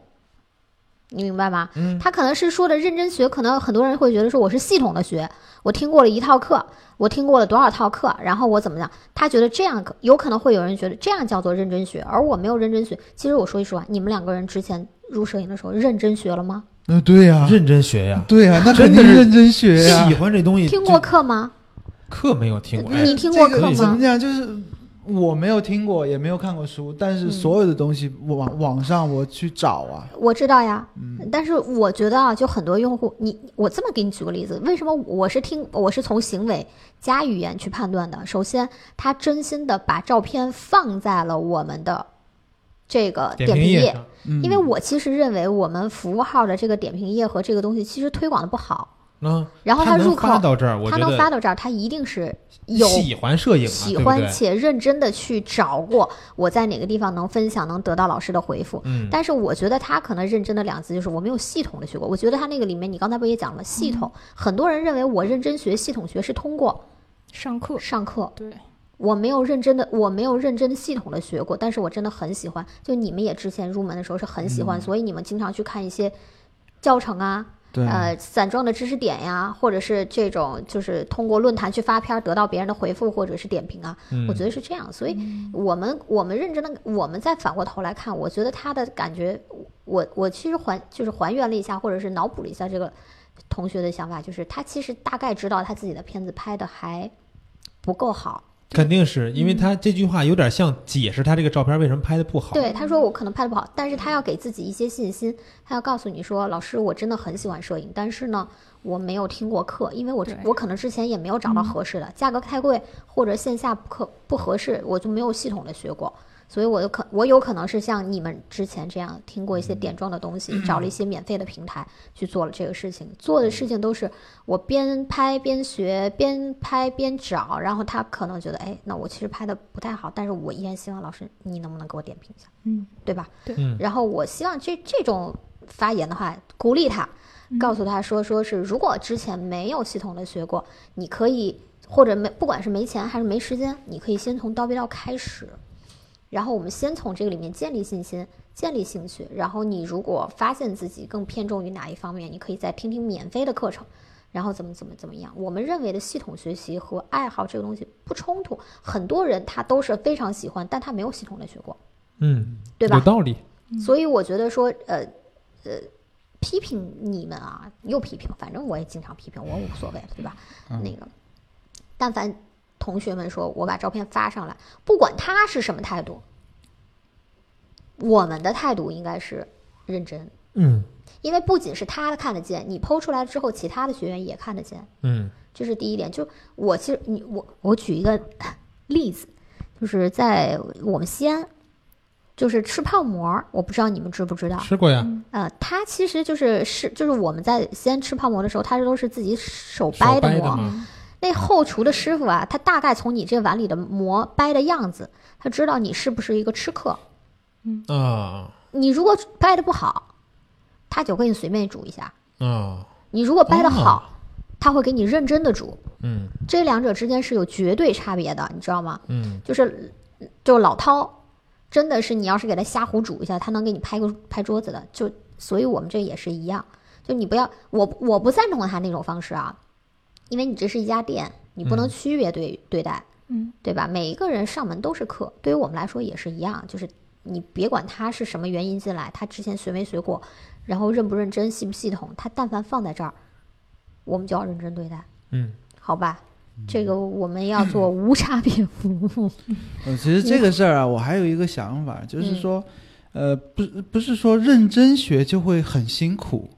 你明白吗？嗯他可能是说的认真学，可能很多人会觉得说我是系统的学，我听过了一套课，我听过了多少套课，然后我怎么样？他觉得这样可有可能会有人觉得这样叫做认真学，而我没有认真学。其实我说句实话，你们两个人之前入摄影的时候认真学了吗？嗯，对呀、认真学呀，对呀、那真肯的定是认真学呀、喜欢这东西，听过这课吗？课没有听过？哎你听过这课个怎吗么？讲？就是我没有听过，也没有看过书，但是嗯所有的东西网网上我去找啊，我知道呀，呃嗯但是我觉得啊，就很多用户，你我这么给你举个例子，为什么我是听我是从行为加语言去判断的？首先，他真心的把照片放在了我们的这个点点评页页，上，嗯，因为我其实认为我们服务号的这个点评页和这个东西其实推广的不好，嗯，然后他入能口发到这儿，我他觉能发得到这儿，他一定是有喜欢摄影嘛，啊喜对不欢对？且认真的去找过我在哪个地方能分享，能得到老师的回复。嗯，但是我觉得他可能认真的两次就是我没有系统的学过。我觉得他那个里面，你刚才不也讲了系统？很多人认为我认真学系统学是通过上课上课，对，我没有认真的，我没有认真的系统的学过，但是我真的很喜欢。就你们也之前入门的时候是很喜欢，所以你们经常去看一些教程啊，对呃，散装的知识点呀，或者是这种就是通过论坛去发片儿得到别人的回复或者是点评啊，嗯我觉得是这样。所以我们我们认真的，我们再反过头来看，我觉得他的感觉，我我其实还就是还原了一下，或者是脑补了一下这个同学的想法，就是他其实大概知道他自己的片子拍的还不够好。肯定是因为他这句话有点像解释他这个照片为什么拍的不好，嗯对，他说我可能拍的不好，但是他要给自己一些信心，他要告诉你说，老师，我真的很喜欢摄影，但是呢，我没有听过课，因为我之对我可能之前也没有找到合适的，价格太贵或者线下不可不合适，我就没有系统的学过，所以我有可我有可能是像你们之前这样听过一些点状的东西，找了一些免费的平台去做了这个事情，做的事情都是我边拍边学，边拍边找，然后他可能觉得，哎，那我其实拍的不太好，但是我依然希望老师你能不能给我点评一下。嗯，对吧？对嗯然后我希望这这种发言的话，鼓励他，告诉他说，说是如果之前没有系统的学过，你可以或者没不管是没钱还是没时间，你可以先从刀逼刀开始，然后我们先从这个里面建立信心。建立兴趣，然后你如果发现自己更偏重于哪一方面，你可以再听听免费的课程，然后怎么怎么怎么样。我们认为的系统学习和爱好这个东西不冲突，很多人他都是非常喜欢，但他没有系统的学过，嗯，对吧有？道理，所以我觉得说，呃，呃，批评你们啊，又批评，反正我也经常批评，我无所谓了，对吧？那个，但凡同学们说我把照片发上来，不管他是什么态度，我们的态度应该是认真，嗯因为不仅是他看得见，你剖出来之后，其他的学员也看得见。嗯这是第一点。就我其实你我我举一个 例子，就是在我们西安，就是吃泡馍儿，我不知道你们知不知道。吃过呀，嗯呃，它其实就是是就是我们在西安吃泡馍的时候，它都是自己手手掰的掰的嘛馍。嗯那后厨的师傅啊，他大概从你这碗里的馍掰的样子，他知道你是不是一个吃客。啊你如果掰的不好，他就给你随便煮一下；啊你如果掰的哦好，他会给你认真的煮。嗯这两者之间是有绝对差别的，你知道吗？嗯就是就老饕，真的是你要是给他瞎胡煮一下，他能给你拍个拍桌子的。就所以我们这也是一样，就你不要我我不赞同他那种方式啊，因为你这是一家店，你不能嗯区别对、对待，嗯，对吧？每一个人上门都是客，对于我们来说也是一样，就是你别管他是什么原因进来，他之前学没学过，然后认不认真、系不系统，他但凡放在这儿，我们就要认真对待，嗯，好吧？嗯这个我们要做无差别服务。 呃，其实这个事儿啊，我还有一个想法，嗯就是说，呃，不是不是说认真学就会很辛苦，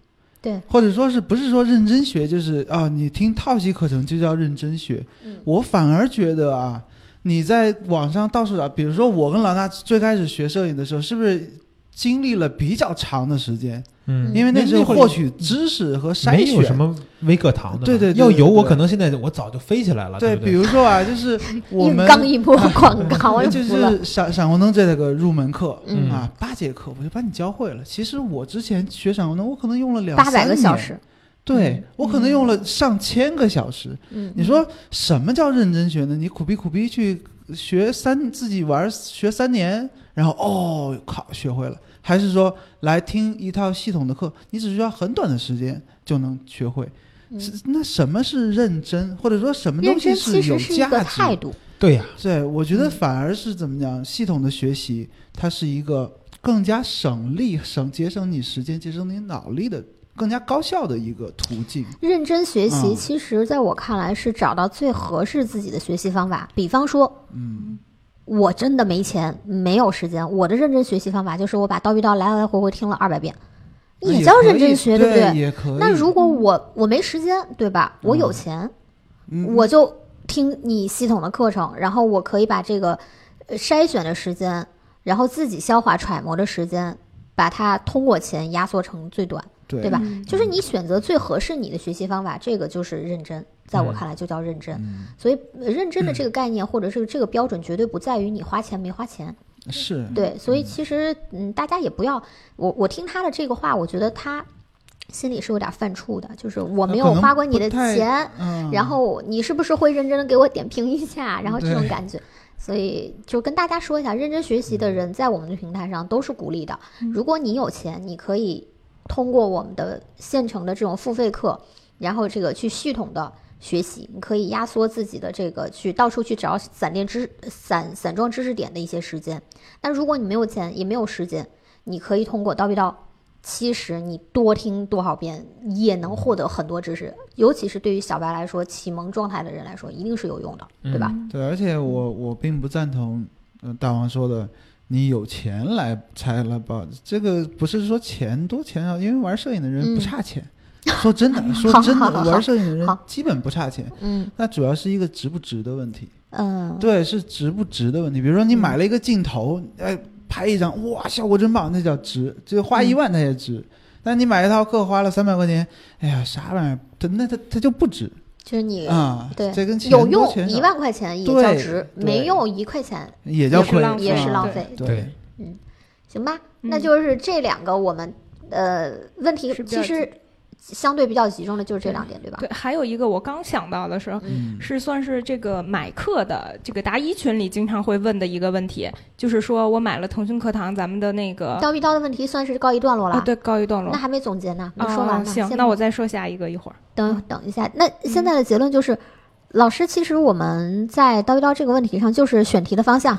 对，或者说是不是说认真学就是啊，你听套系课程就叫认真学？嗯我反而觉得啊，你在网上到处找，比如说我跟老大最开始学摄影的时候，是不是经历了比较长的时间？嗯，因为那时那候会儿嗯获取知识和筛没选有什么微课堂的嘛，对对对要有对我对可能现在我早就飞起来了，对，对，比如说 啊，就是我硬们刚 一波广告，我就服了。是闪闪光灯这个入门课，嗯啊，八节课我就把你教会了。其实我之前学闪光灯，我可能用了两八百三个小年，时，对我可能用了上千个小时。嗯，你说什么叫认真学呢？你苦逼苦逼去学三，自己玩儿学三年，然后哦，靠，学会了。还是说来听一套系统的课，你只需要很短的时间就能学会。嗯是那什么是认真，或者说什么认东西真其有实是一价值个的？态度，嗯对呀，对，我觉得反而是怎么讲，系统的学习，它是一个更加省力、省节省你时间、节省你脑力的、更加高效的一个途径。认真学习。嗯其实，在我看来是找到最合适自己的学习方法。比方说，嗯，我真的没钱，没有时间，我的认真学习方法就是我把《刀逼刀》来来回回听了二百遍，也叫可认真以学，对不对？也可以。那如果我我没时间，对吧？我有钱，嗯我就听你系统的课程，然后我可以把这个呃筛选的时间，然后自己消化揣摩的时间，把它通过前压缩成最短，对对吧？嗯就是你选择最合适你的学习方法，这个就是认真。在我看来，就叫认真。嗯所以，呃认真的这个概念，或者是这个标准，绝对不在于你花钱没花钱，是对，所以其实嗯，大家也不要我我听他的这个话，我觉得他心里是有点犯怵的，就是我他没可有能花过你不的太钱，嗯，然后你是不是会认真的给我点评一下，然后这种对感觉。所以就跟大家说一下，认真学习的人在我们的平台上都是鼓励的。如果你有钱，你可以通过我们的现成的这种付费课，然后这个去系统的学习，你可以压缩自己的这个去到处去找散练知散散装知识点的一些时间。但如果你没有钱也没有时间，你可以通过叨逼叨。其实你多听多少遍也能获得很多知识，尤其是对于小白来说，启蒙状态的人来说，一定是有用的，对吧？对，而且我我并不赞同，呃，大王说的，你有钱来才来报，这个不是说钱多钱啊少，因为玩摄影的嗯人不差钱。说真的，说好真的好，好玩摄影的人好基本不差钱，嗯那主要是一个值不值的问题。嗯，对，是值不值的问题。比如说你买了一个镜头，哎，拍一张，哇，效果真棒，那叫值，就花嗯一万它也值。但你买一套课花了三百块钱，哎呀，啥玩意儿？它那它它就不值就是你、啊！对这跟钱有多用钱少一万块钱也对叫值，对没用一块钱也也叫是亏，浪也是费浪对费，对，行吧？嗯那就是这两个我们呃问题是比较其实相对比较集中的就是这两点，对吧？对，还有一个我刚想到的是，嗯是算是这个买课的这个答疑群里经常会问的一个问题，就是说我买了腾讯课堂，咱们的那个刀逼刀的问题算是告一段落了，啊，对，告一段落那。还没总结呢，没说完啊呢。行，先那我嗯再说下一个一会儿。等等一下。那现在的结论就是，老师，其实我们在刀逼刀这个问题上，就是选题的方向，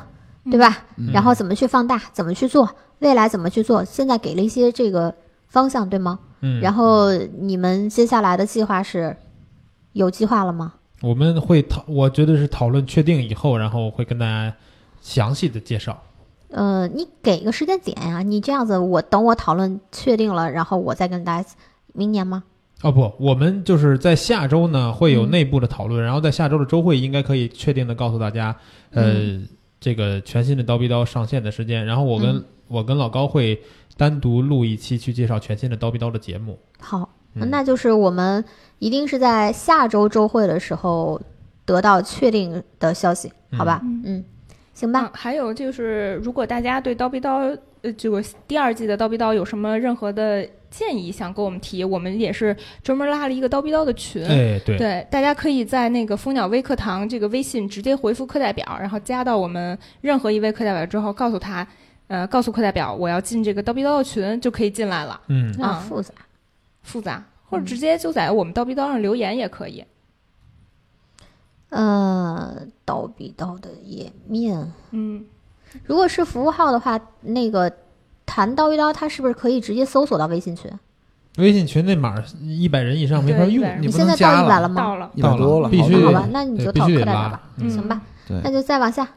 对吧？嗯然后怎么去放大，怎么去做，未来怎么去做，现在给了一些这个方向，对吗？嗯，然后你们接下来的计划是有计划了吗？我们会讨，我觉得是讨论确定以后，然后会跟大家详细的介绍。呃，你给个时间点呀、你这样子，我等我讨论确定了，然后我再跟大家。明年吗？哦不，我们就是在下周呢会有嗯内部的讨论，然后在下周的周会应该可以确定的告诉大家，呃，这个全新的刀逼刀上线的时间。然后我跟、嗯我跟老高会单独录一期去介绍全新的刀逼刀的节目。好，嗯那就是我们一定是在下周周会的时候得到确定的消息，好吧？嗯嗯行吧。嗯还有就是，如果大家对《刀逼刀》呃这个第二季的《刀逼刀》有什么任何的建议想跟我们提，我们也是专门拉了一个《刀逼刀》的群。哎，对，对，大家可以在那个蜂鸟微课堂这个微信直接回复课代表，然后加到我们任何一位课代表之后，告诉他，呃，告诉课代表我要进这个刀逼刀的群，就可以进来了。嗯，那嗯复杂，复杂，或者直接就在我们刀逼刀上留言也可以。呃，刀比刀的页面，嗯，如果是服务号的话，那个谈刀一刀，它是不是可以直接搜索到微信群？微信群那码一百人以上没法对用100，人你你不现能在加到一百了了，吗？到了，一百多了必须那好得吧，那你对就必讨须课得代表拉吧，嗯行吧？对那就再往下。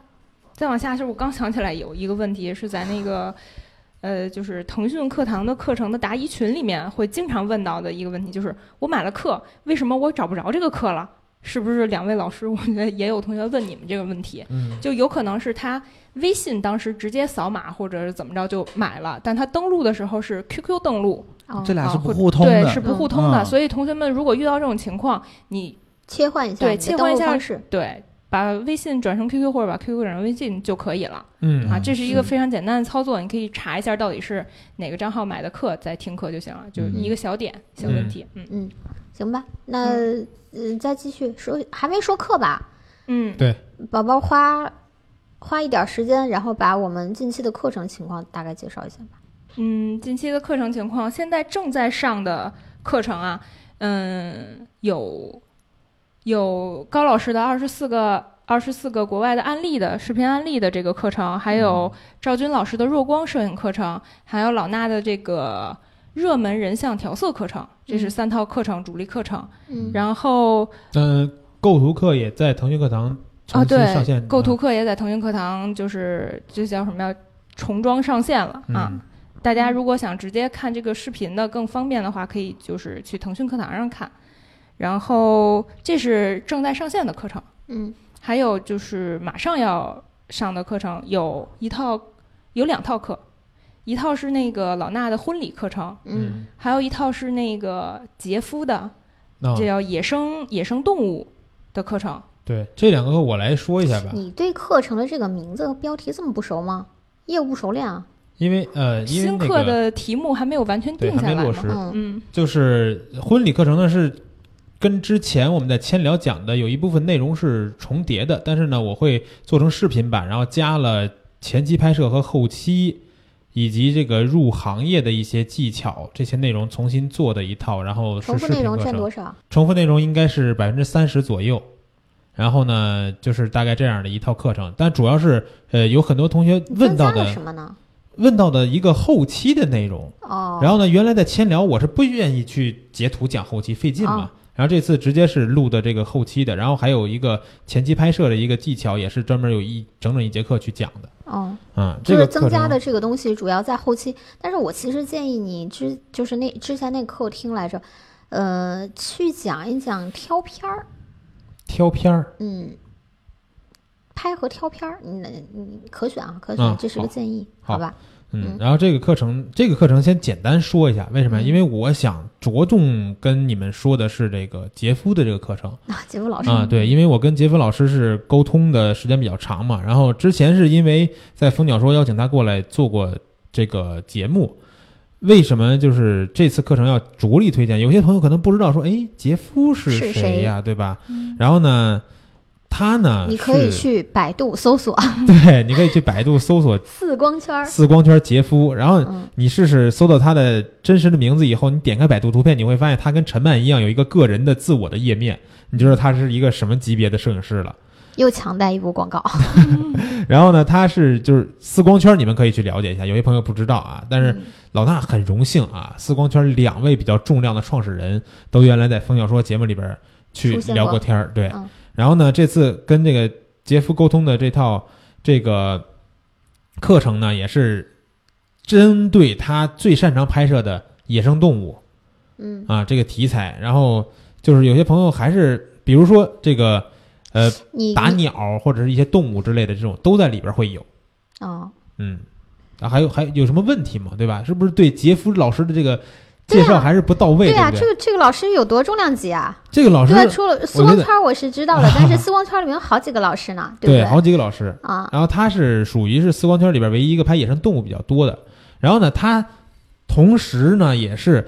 再往下是我刚想起来有一个问题是在那个，呃，就是腾讯课堂的课程的答疑群里面会经常问到的一个问题，就是我买了课，为什么我找不着这个课了？是不是两位老师？我觉得也有同学问你们这个问题，嗯，就有可能是他微信当时直接扫码或者是怎么着就买了，但他登录的时候是 QQ 登录，哦，这俩是啊不或互通的，对，是不互通的。嗯所以同学们如果遇到这种情况，你切换一下，对你的切换登一录下方式。对把微信转成 QQ 或者把 QQ 转成微信就可以了。嗯啊，这是一个非常简单的操作，你可以查一下到底是哪个账号买的课，再听课就行了，就一个小点、小问题。嗯行吧，那嗯、呃再继续说，还没说课吧？嗯，宝宝花花一点时间，然后把我们近期的课程情况大概介绍一下吧。嗯，近期的课程情况，现在正在上的课程啊，嗯，有有高老师的二十四个二十四个国外的案例的视频案例的这个课程，还有赵军老师的弱光摄影课程，还有老衲的这个热门人像调色课程，这是嗯三套课程主力课程。嗯然后嗯，构图课也在腾讯课哦堂啊，长期上对线，，啊构图课也在腾讯课堂，就是这叫什么呀？重装上线了嗯啊！大家如果想直接看这个视频的更方便的话，可以就是去腾讯课堂上看。然后这是正在上线的课程，嗯还有就是马上要上的课程有一套，有两套课，一套是那个老衲的婚礼课程，嗯，还有一套是那个杰夫的，那这叫野生野生动物的课程。对这两个课我来说一下吧，你对课程的这个名字和标题这么不熟吗？业务不熟练啊？因为呃，因为那新个课的题目还没有完全对定还下没来落嘛。实，嗯嗯就是婚礼课程呢是跟之前我们在千聊讲的有一部分内容是重叠的，但是呢，我会做成视频版，然后加了前期拍摄和后期。以及这个入行业的一些技巧，这些内容重新做的一套，然后是重复视频内课容占程多。少？重复内容应该是百分之三十左右。然后呢，就是大概这样的一套课程，但主要是呃，有很多同学你问增到加了什的么呢？问到的一个后期的内容。哦，然后呢，原来在千聊我是不愿意去截图讲后期，费劲嘛。啊然后这次直接是录的这个后期的，然后还有一个前期拍摄的一个技巧，也是专门有一整整一节课去讲的。哦，嗯，就这是个增加课程的这个东西主要在后期，但是我其实建议你之就是那之前那课我听来着，呃，去讲一讲挑片儿，挑片儿，嗯，拍和挑片儿，你你你可选啊，可嗯选，这是个好建议，好吧？嗯嗯，然后这个课程，这个课程先简单说一下，为什么呀？嗯因为我想着重跟你们说的是这个杰夫的这个课程啊，杰夫老师，啊，对，因为我跟杰夫老师是沟通的时间比较长嘛，然后之前是因为在蜂鸟说邀请他过来做过这个节目。为什么就是这次课程要着力推荐？有些朋友可能不知道说，哎，杰夫是是谁呀、对吧？嗯然后呢，他呢，你可以是去百度搜索啊对，你可以去百度搜 索四光“圈儿，四光圈杰夫”，然后嗯，你试试搜到他的真实的名字以后，你点开百度图片，你会发现他跟陈曼一样有一个个人的自我的页面，你就知道他是一个什么级别的摄影师了。又强带一波广告，然后呢，他是就是四光圈，你们可以去了解一下，有些朋友不知道啊。但嗯是老衲很荣幸啊，四光圈两位比较重量的创始人都原来在《风鸟说》节目里边去出现聊过过天儿，对。嗯然后呢，这次跟这个杰夫沟通的这套这个课程呢，也是针对他最擅长拍摄的野生动物嗯啊这个题材。然后就是有些朋友还是，比如说这个呃你打你鸟或者是一些动物之类的这种，都在里边会有。哦，嗯，啊，还有还有什么问题吗？对吧？是不是对杰夫老师的这个对介啊绍还是不到位？对呀、不这个这个老师有多重量级啊？这个老师对吧？除了丝我觉光得圈儿我是知道了，但是丝光圈儿里面有好几个老师呢，对不好几个老师，对？啊，然后他是属于是丝光圈里边唯一一个拍野生动物比较多的。然后呢，他同时呢也是，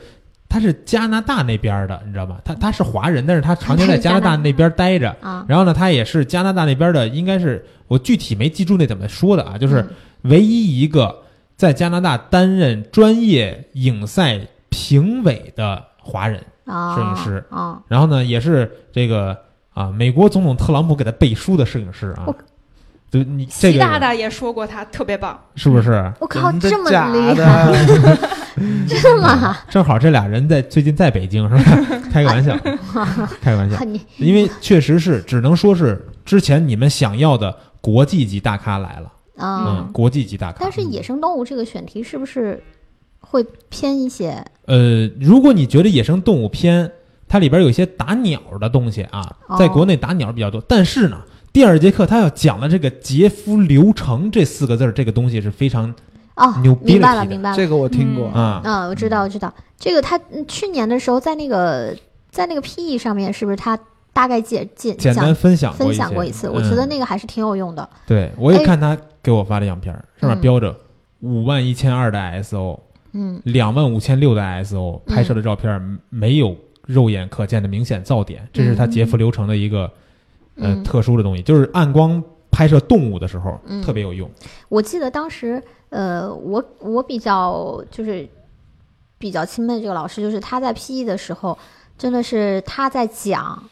他是加拿大那边的，你知道吗？他他是华人，但是他常年在加拿大那边待着。嗯啊，然后呢，他也是加拿大那边的，应该是我具体没记住那怎么说的啊，就是嗯唯一一个在加拿大担任专业影赛评委的华人。啊，摄影师啊，然后呢，也是这个啊，美国总统特朗普给他背书的摄影师啊我，对你这习大个大也说过他特别棒，是嗯不是？我靠，真的这么假厉害， 的？这么啊正好这俩人在最近在北京是 吧？开个玩笑，开个玩笑，你因为确实是，只能说是之前你们想要的国际级大咖来了，啊嗯，，国际级大咖。但是野生动物这个选题是不是会偏一些？呃，如果你觉得野生动物偏，它里边有一些打鸟的东西啊，哦在国内打鸟比较多。但是呢，第二节课他要讲的这个“杰夫流程”这四个字儿，这个东西是非常哦，牛逼明白了了，提的明白了。 这个我听过，啊、嗯，我知道，我知道，这个他嗯去年的时候在那个在那个 PE 上面，是不是他大概介介简单讲分享分一享些嗯过一次？我觉得那个、个还是挺有用的。对我也哎看他给我发的样片儿，上面标着五万一千二的 ISO，嗯两万五千六的 ISO 嗯拍摄的照片儿没有肉眼可见的明显噪点，这是他杰夫流程的一个、嗯呃，特殊的东西，就是暗光拍摄动物的时候、嗯特别有用。我记得当时，呃，我我比较就是比较钦佩这个老师，就是他在 PE 的时候，真的是他在讲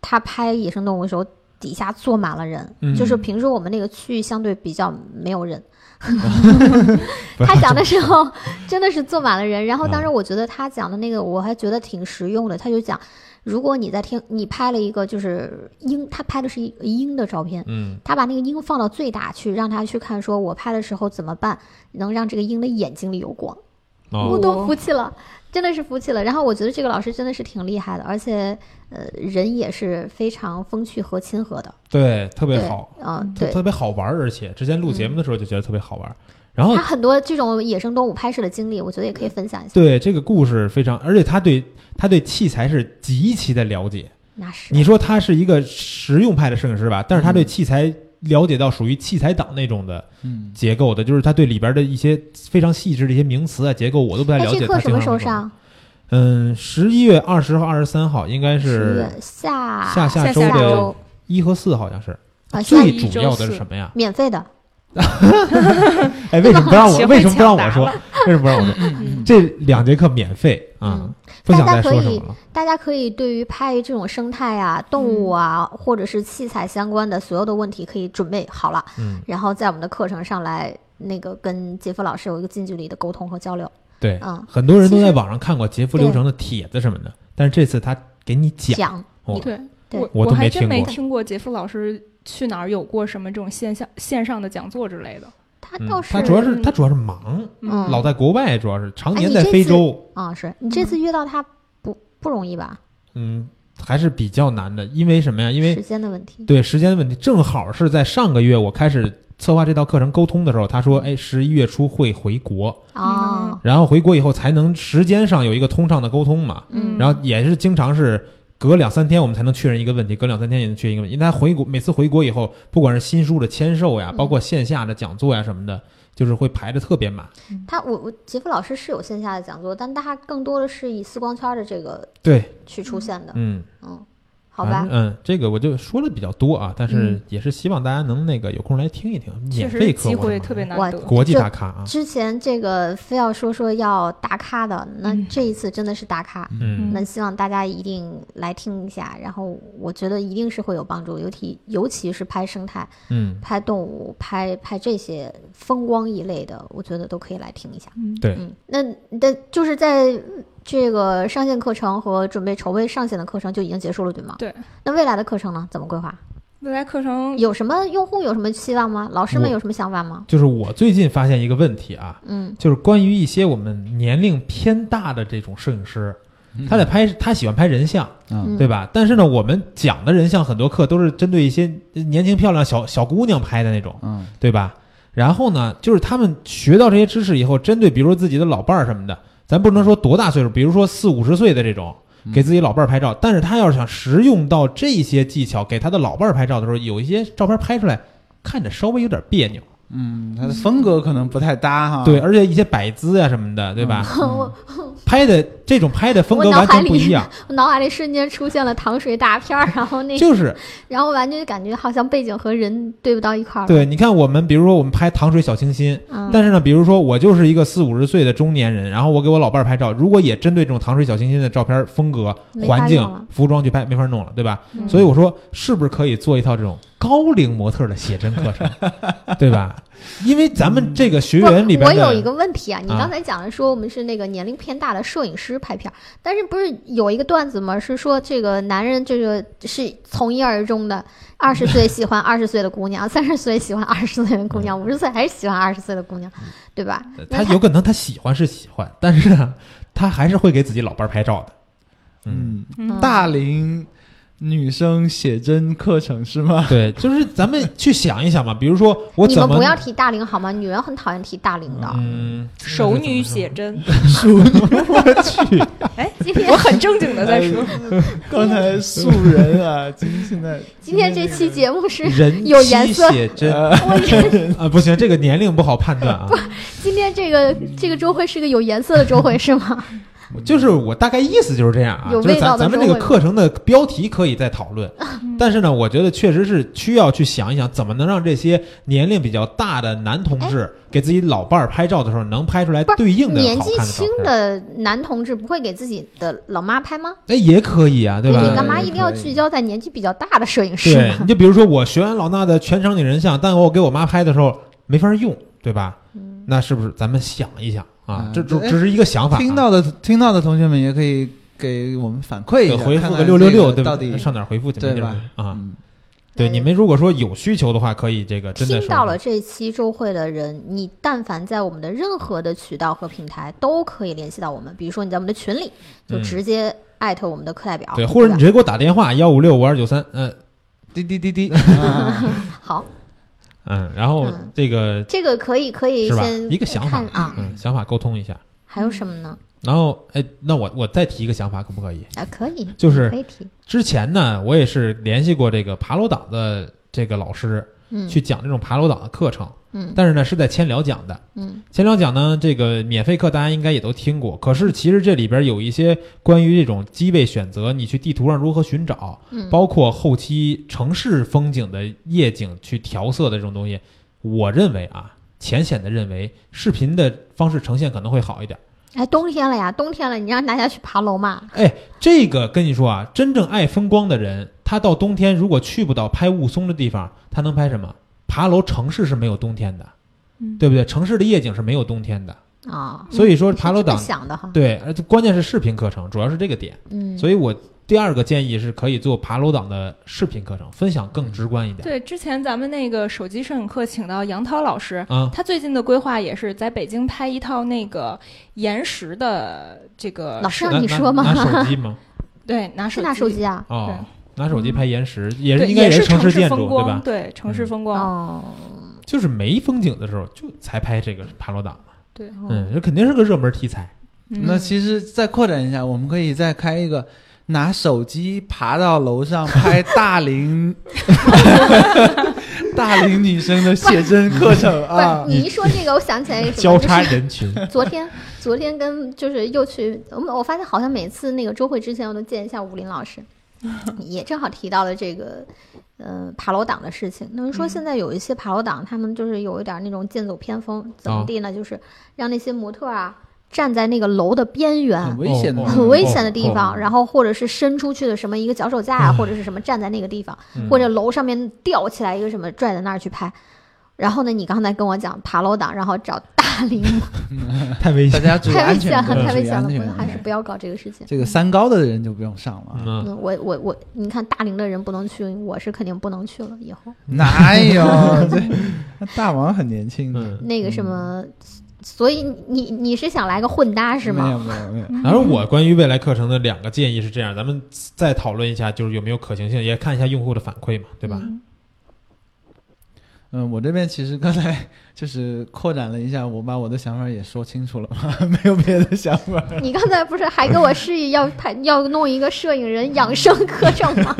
他拍野生动物的时候，底下坐满了人，嗯就是平时我们那个区域相对比较没有人，嗯 不他要讲的这时候真的是坐满了人。然后当时啊我觉得他讲的那个我还觉得挺实用的，他就讲，如果你在听你拍了一个就是鹰，他拍的是一个鹰的照片，嗯他把那个鹰放到最大去，让他去看，说我拍的时候怎么办，能让这个鹰的眼睛里有光，我哦，都服气了，真的是服气了。然后我觉得这个老师真的是挺厉害的，而且呃人也是非常风趣和亲和的，对，特别对好，嗯，特对。嗯特别好玩儿，而且之前录节目的时候就觉得特别好玩儿。然后他很多这种野生动物拍摄的经历，我觉得也可以分享一下。对这个故事非常，而且他对他对器材是极其的了解。那是嗯你说他是一个实用派的摄影师吧，但是他对器材了解到属于器材党那种的嗯，结构的，就是他对里边的一些非常细致的一些名词啊、结构，我都不太哎，了解。这课什么时候？上？嗯，十一月二十号、二十三号应该十是月下下下周下的周一和四，好像是。啊，下最一主周要的是四什么 呀？免费的。哎，为什么不让我学会为什么不让我抢答说 了？为什么不让我说？嗯这两节课免费啊、嗯不想大再家说可什以么了。大家可以对于拍这种生态啊、嗯动物啊，或者是器材相关的所有的问题，可以准备好了，嗯，然后在我们的课程上来那个跟杰夫老师有一个近距离的沟通和交流。对，嗯，很多人都其在实网上看过杰夫流程的帖子什么的，但是这次他给你讲，讲哦对对我我都没还真听没过听过杰夫老师去哪儿有过什么这种线下线上的讲座之类的。他嗯倒是，他主要是他主要是忙，嗯，老在国外，主要是常哎年你在这非次洲，啊、是你这次约到他不不容易吧？嗯，还是比较难的。因为什么呀？因为时间的问题。对时间的问题，正好是在上个月我开始策划这套课程沟通的时候，他说，哎，十一月初会回国，哦，然后回国以后才能时间上有一个通畅的沟通嘛。嗯嗯然后也是经常是隔两三天我们才能确认一个问题，隔两三天也能确认一个问题。因为他回国每次回国以后，不管是新书的签售呀，嗯包括线下的讲座呀什么的，就是会排的特别满。他我我杰夫老师是有线下的讲座，但他更多的是以丝光圈的这个对，去出现的。嗯，嗯，好反吧正，嗯，这个我就说的比较多啊，但是嗯也是希望大家能那个有空来听一听，确免实费课机我会他妈特别的难我得。国际嗯就大咖啊，之前这个非要说说要大咖的，那嗯这一次真的是大咖。嗯那希望大家一定来听一下，然后我觉得一定是会有帮助，尤其尤其是拍生态、嗯，拍动物、拍拍这些风光一类的，我觉得都可以来听一下。嗯对，嗯，那但就是在这个上线课程和准备筹备上线的课程就已经结束了，对吗？对。嗯那未来的课程呢？怎么规划？未来课程有什么用户有什么期望吗？老师们我有什么想法吗？就是我最近发现一个问题啊，嗯就是关于一些我们年龄偏大的这种摄影师，嗯他在拍他喜欢拍人像，嗯，对吧？但是呢，我们讲的人像很多课都是针对一些年轻漂亮小小姑娘拍的那种，嗯对吧？然后呢，就是他们学到这些知识以后，针对比如说自己的老伴儿什么的，咱不能说多大岁数，比如说四五十岁的这种嗯，给自己老伴儿拍照。但是他要是想实用到这些技巧，给他的老伴儿拍照的时候，有一些照片拍出来看着稍微有点别扭，嗯，他的风格可能不太搭啊哈。对，而且一些摆姿啊呀、什么的，对吧？嗯？拍的这种拍的风格我脑完海全里不一样，我脑海里瞬间出现了糖水大片儿，然后 那就是然后完全就感觉好像背景和人对不到一块儿。，对，你看我们，比如说我们拍《糖水小清新》，嗯，但是呢，比如说我就是一个四五十岁的中年人，然后我给我老伴儿拍照，如果也针对这种《糖水小清新》的照片风格、没法环用了境、服装去拍，没法弄了，对吧？嗯所以我说，是不是可以做一套这种高龄模特的写真课 程，对吧？因为咱们这个学不员里边我的，有一个问题啊，你啊刚才讲的说我们是那个年龄偏大的摄影师拍片儿，但是不是有一个段子吗？是说这个男人这个是从一而终的，二十岁喜欢二十岁的姑娘，三十岁喜欢二十岁的姑嗯娘，五十岁还是喜欢二十岁的姑娘，对吧？那他有可能他喜欢是喜欢，但是呢，他还是会给自己老伴儿拍照的。嗯，嗯，嗯大龄女生写真课程是吗？对，就是咱们去想一想嘛，比如说我你怎们么不要提大龄好吗？女人很讨厌提大龄的。嗯，熟女写。写 真，我去，今天我很正经的哎在说，呃刚才素人啊，今现在今天这期节目是人有颜色妻写真 啊、呃我觉得不行，这个年龄不好判断啊。今天这个这个周会是个有颜色的周会是吗？就是我大概意思就是这样啊，有就是味道咱的咱们这中个文课程的标题可以再讨论，嗯但是呢，我觉得确实是需要去想一想，怎么能让这些年龄比较大的男同志给自己老伴儿拍照的时候，能拍出来哎不是对应的年好纪看的照轻片。的男同志不会给自己的老妈拍吗？哎，也可以啊，对吧？你干嘛一定要可以聚焦在年纪比较大的摄影师对，呢？你就比如说我学完老衲的全场景人像，但我给我妈拍的时候没法用，对吧？嗯那是不是咱们想一想啊嗯？这只对只是一个想法啊，听到的听到的同学们也可以给我们反馈一给下，回看复看个六六六，这对吧个到？底上哪儿回复去？对没地儿吧回啊，嗯对，你们如果说有需求的话，可以这个真的听是到了这期周会的人，你但凡在我们的任何的渠道和平台都可以联系到我们，比如说你在我们的群里，就嗯直接艾特我们的课代表，对，或者吧你直接给我打电话幺五六五二九三，嗯滴滴 滴滴，啊好，嗯，然后嗯这个这个可以可以是吧先？一个想法看啊，嗯，想法沟通一下。还有什么呢？然后哎，那我我再提一个想法，可不可以？啊，可以，就是可以提，之前呢，我也是联系过这个爬楼党的这个老师，嗯去讲这种爬楼党的课程，嗯但是呢是在千聊讲的。嗯千聊讲呢，这个免费课大家应该也都听过，可是其实这里边有一些关于这种机位选择，你去地图上如何寻找，嗯，包括后期城市风景的夜景去调色的这种东西，我认为啊，浅显的认为视频的方式呈现可能会好一点。哎，冬天了呀，冬天了，你让大家去爬楼嘛？哎，这个跟你说啊，真正爱风光的人，他到冬天如果去不到拍雾凇的地方，他能拍什么？爬楼，城市是没有冬天的，嗯对不对？城市的夜景是没有冬天的，啊、所以说你是爬楼这么党想的哈，对，而且关键是视频课程，主要是这个点。嗯，所以我第二个建议是可以做爬楼党的视频课程，分享嗯更直观一点。对，之前咱们那个手机摄影课请到杨涛老师，啊，他最近的规划也是在北京拍一套那个岩石的这个老师让你拿说嘛，拿拿 手机吗？对拿手是拿手机啊？哦对，拿手机嗯拍岩石也是对应该也也是城市建风筑对光，吧？对城市嗯风光，哦，就是没风景的时候就才拍这个爬楼党嘛，对，嗯嗯，这肯定是个热门题材。嗯那其实再扩展一下，我们可以再开一个拿手机爬到 楼上拍大龄大龄女生的写真课程不是啊，你一说这个，我想起来一个什交么叉就是人群，昨天， 昨天跟就是又去，我们我发现好像每次那个周会之前，我都见一下武林老师，也正好提到了这个，呃，爬楼党的事情。那么说现在有一些爬楼党，他们就是有一点那种剑走偏锋，怎么地呢？就是让那些模特啊站在那个楼的边很缘。危险的，哦很危险的地哦方，哦然后或者是伸出去的什么一个脚手架啊，或者是什么站在那个地方，嗯或者楼上面吊起来一个什么拽在那儿去拍。然后呢，你刚才跟我讲爬楼党，然后找大霸凌，太危大险。家注意太安危险全，了，对太注危意险安了，全朋友，还是不要搞这个事情。这个三高的人就不用上了啊。嗯，嗯，我我我，你看大龄的人不能去，我是肯定不能去了。以后 哪有这？大王很年轻的，嗯那个什么，所以你你是想来个混搭是没吗？有没有没嗯有，然后我关于未来课程的两个建议是这样，咱们再讨论一下，就是有没有可行性，也看一下用户的反馈嘛，对吧？嗯嗯，我这边其实刚才就是扩展了一下，我把我的想法也说清楚了嘛， 没有别的想法。你刚才不是还给我示意要拍要弄一个摄影人养生课程吗？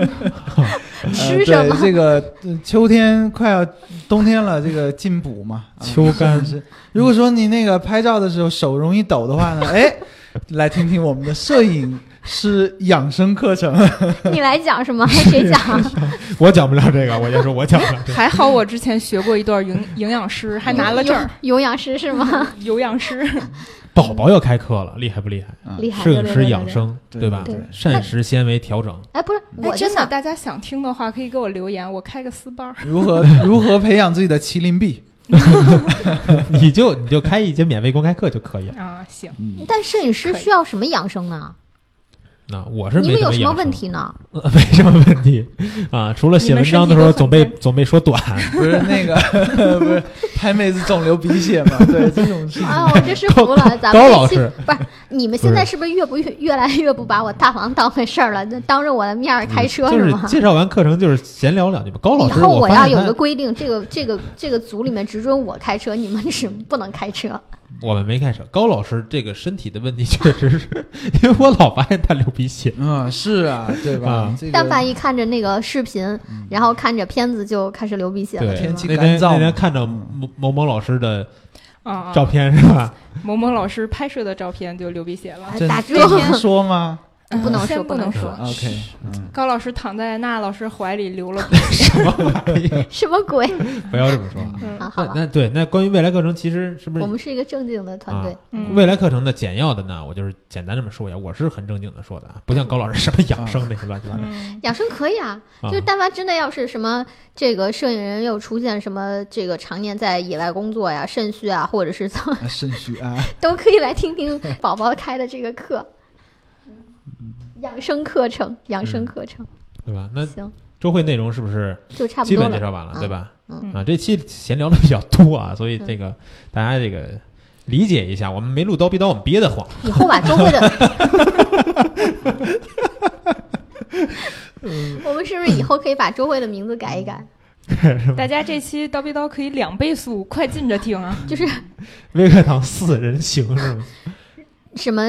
吃什么呃、对这个、呃秋天快要冬天了，这个进补嘛，啊秋干是。如果说你那个拍照的时候手容易抖的 话呢，哎，来听听我们的摄影师养生课程。你来讲什么？谁讲？啊啊我讲不了这个，我先说，我讲不了这个。还好我之前学过一段营营养师，还拿了 证儿，有有氧师是吗？有氧师。 宝宝要开课了，厉害不厉害？啊厉害，嗯摄对影师养。对对对对生，对吧对？膳食纤维调整，哎，不是，哎我就真的，想大家想听的话可以给我留言，我开个私班儿。如何如何培养自己的麒麟臂？你就你就开一节免费公开课就可以了。啊，行，嗯，但摄影师可以需要什么养生呢？那我是你没们有么什么养生问题呢？呃 没什么问题啊，除了写文章的时候总被总被说短，不是那个， 不是拍妹子总流鼻 血嘛？对，这种事情。 啊，我真是服了，咱高们这老期师不是你们现在是不是越不越越来越不把我大王当回事儿了？那当着我的面儿 开车嗯就是是吗？介绍完课程就是闲聊两句吧。高老以师，后我发要现有他个规定，这个这个这个组里面只准我开车，你们只不能开车。我们没开车，高老师这个身体的问题确实是，因为我老发现他流鼻 血。啊、是啊，对吧？啊这个嗯但凡一看着那个视频，然后看着片子就开始流鼻血了，对是天吗 气那干天燥嘛那天看着嗯某某某老师的啊，照片是 吧？某某老师拍摄的照片就流鼻血了，真打嗝这能说吗嗯哎不能说先不不能能说说。 ？OK，嗯，高老师躺在那老师怀里流了鼻血，什么鬼不要这么说啊。嗯啊？好那吧，那对，那关于未来课程，其实是不我是们是一个正经的团队啊。嗯未来课程的简要的呢？我就是简单这么说一下，我是很正经的说的嗯啊，不像高老师什么养生那些乱七八糟。嗯养生可以啊，啊就是但凡真的要是什么这个摄影人又出现什么这个常年在野外工作呀、肾虚啊，或者是怎么，啊肾虚啊， 都可以来听听宝宝开的这个课，养生课程，养生课程，对吧？那行，周会内容是不是就差不嗯基多本介了。绍完了，啊对吧？嗯啊，这期闲聊的比较多啊，所以这个大家这个理解一下，我们没录叨逼叨，我们憋得慌。以后把周会的， 嗯我们是不是以后可以把周会的名字改一改？嗯大家这期叨逼叨可以两倍速，快进着听啊！就是微课堂四人行是嗯吗？什么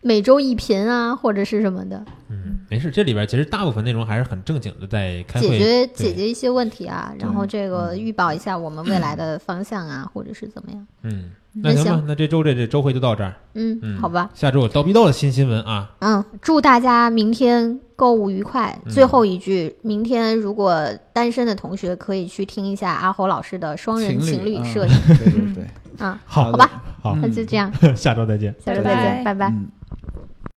每周一频啊，或者是什么的，嗯，没事，这里边其实大部分内容还是很正经的，在开解会决对解决一些问题啊，然后这个预报一下我们未来的方向啊，或者是怎么样？嗯，那行那吧行，那这周这这周会就到这儿。嗯，嗯好吧，下周有叨逼叨的新新闻啊，嗯，祝大家明天购物愉快。嗯最后一句，明天如果单身的同学可以去听一下阿侯老师的双人情侣嗯啊设计对对对，啊，好好吧，好嗯那就这样， 下周再见。下周再见，拜拜拜拜。嗯。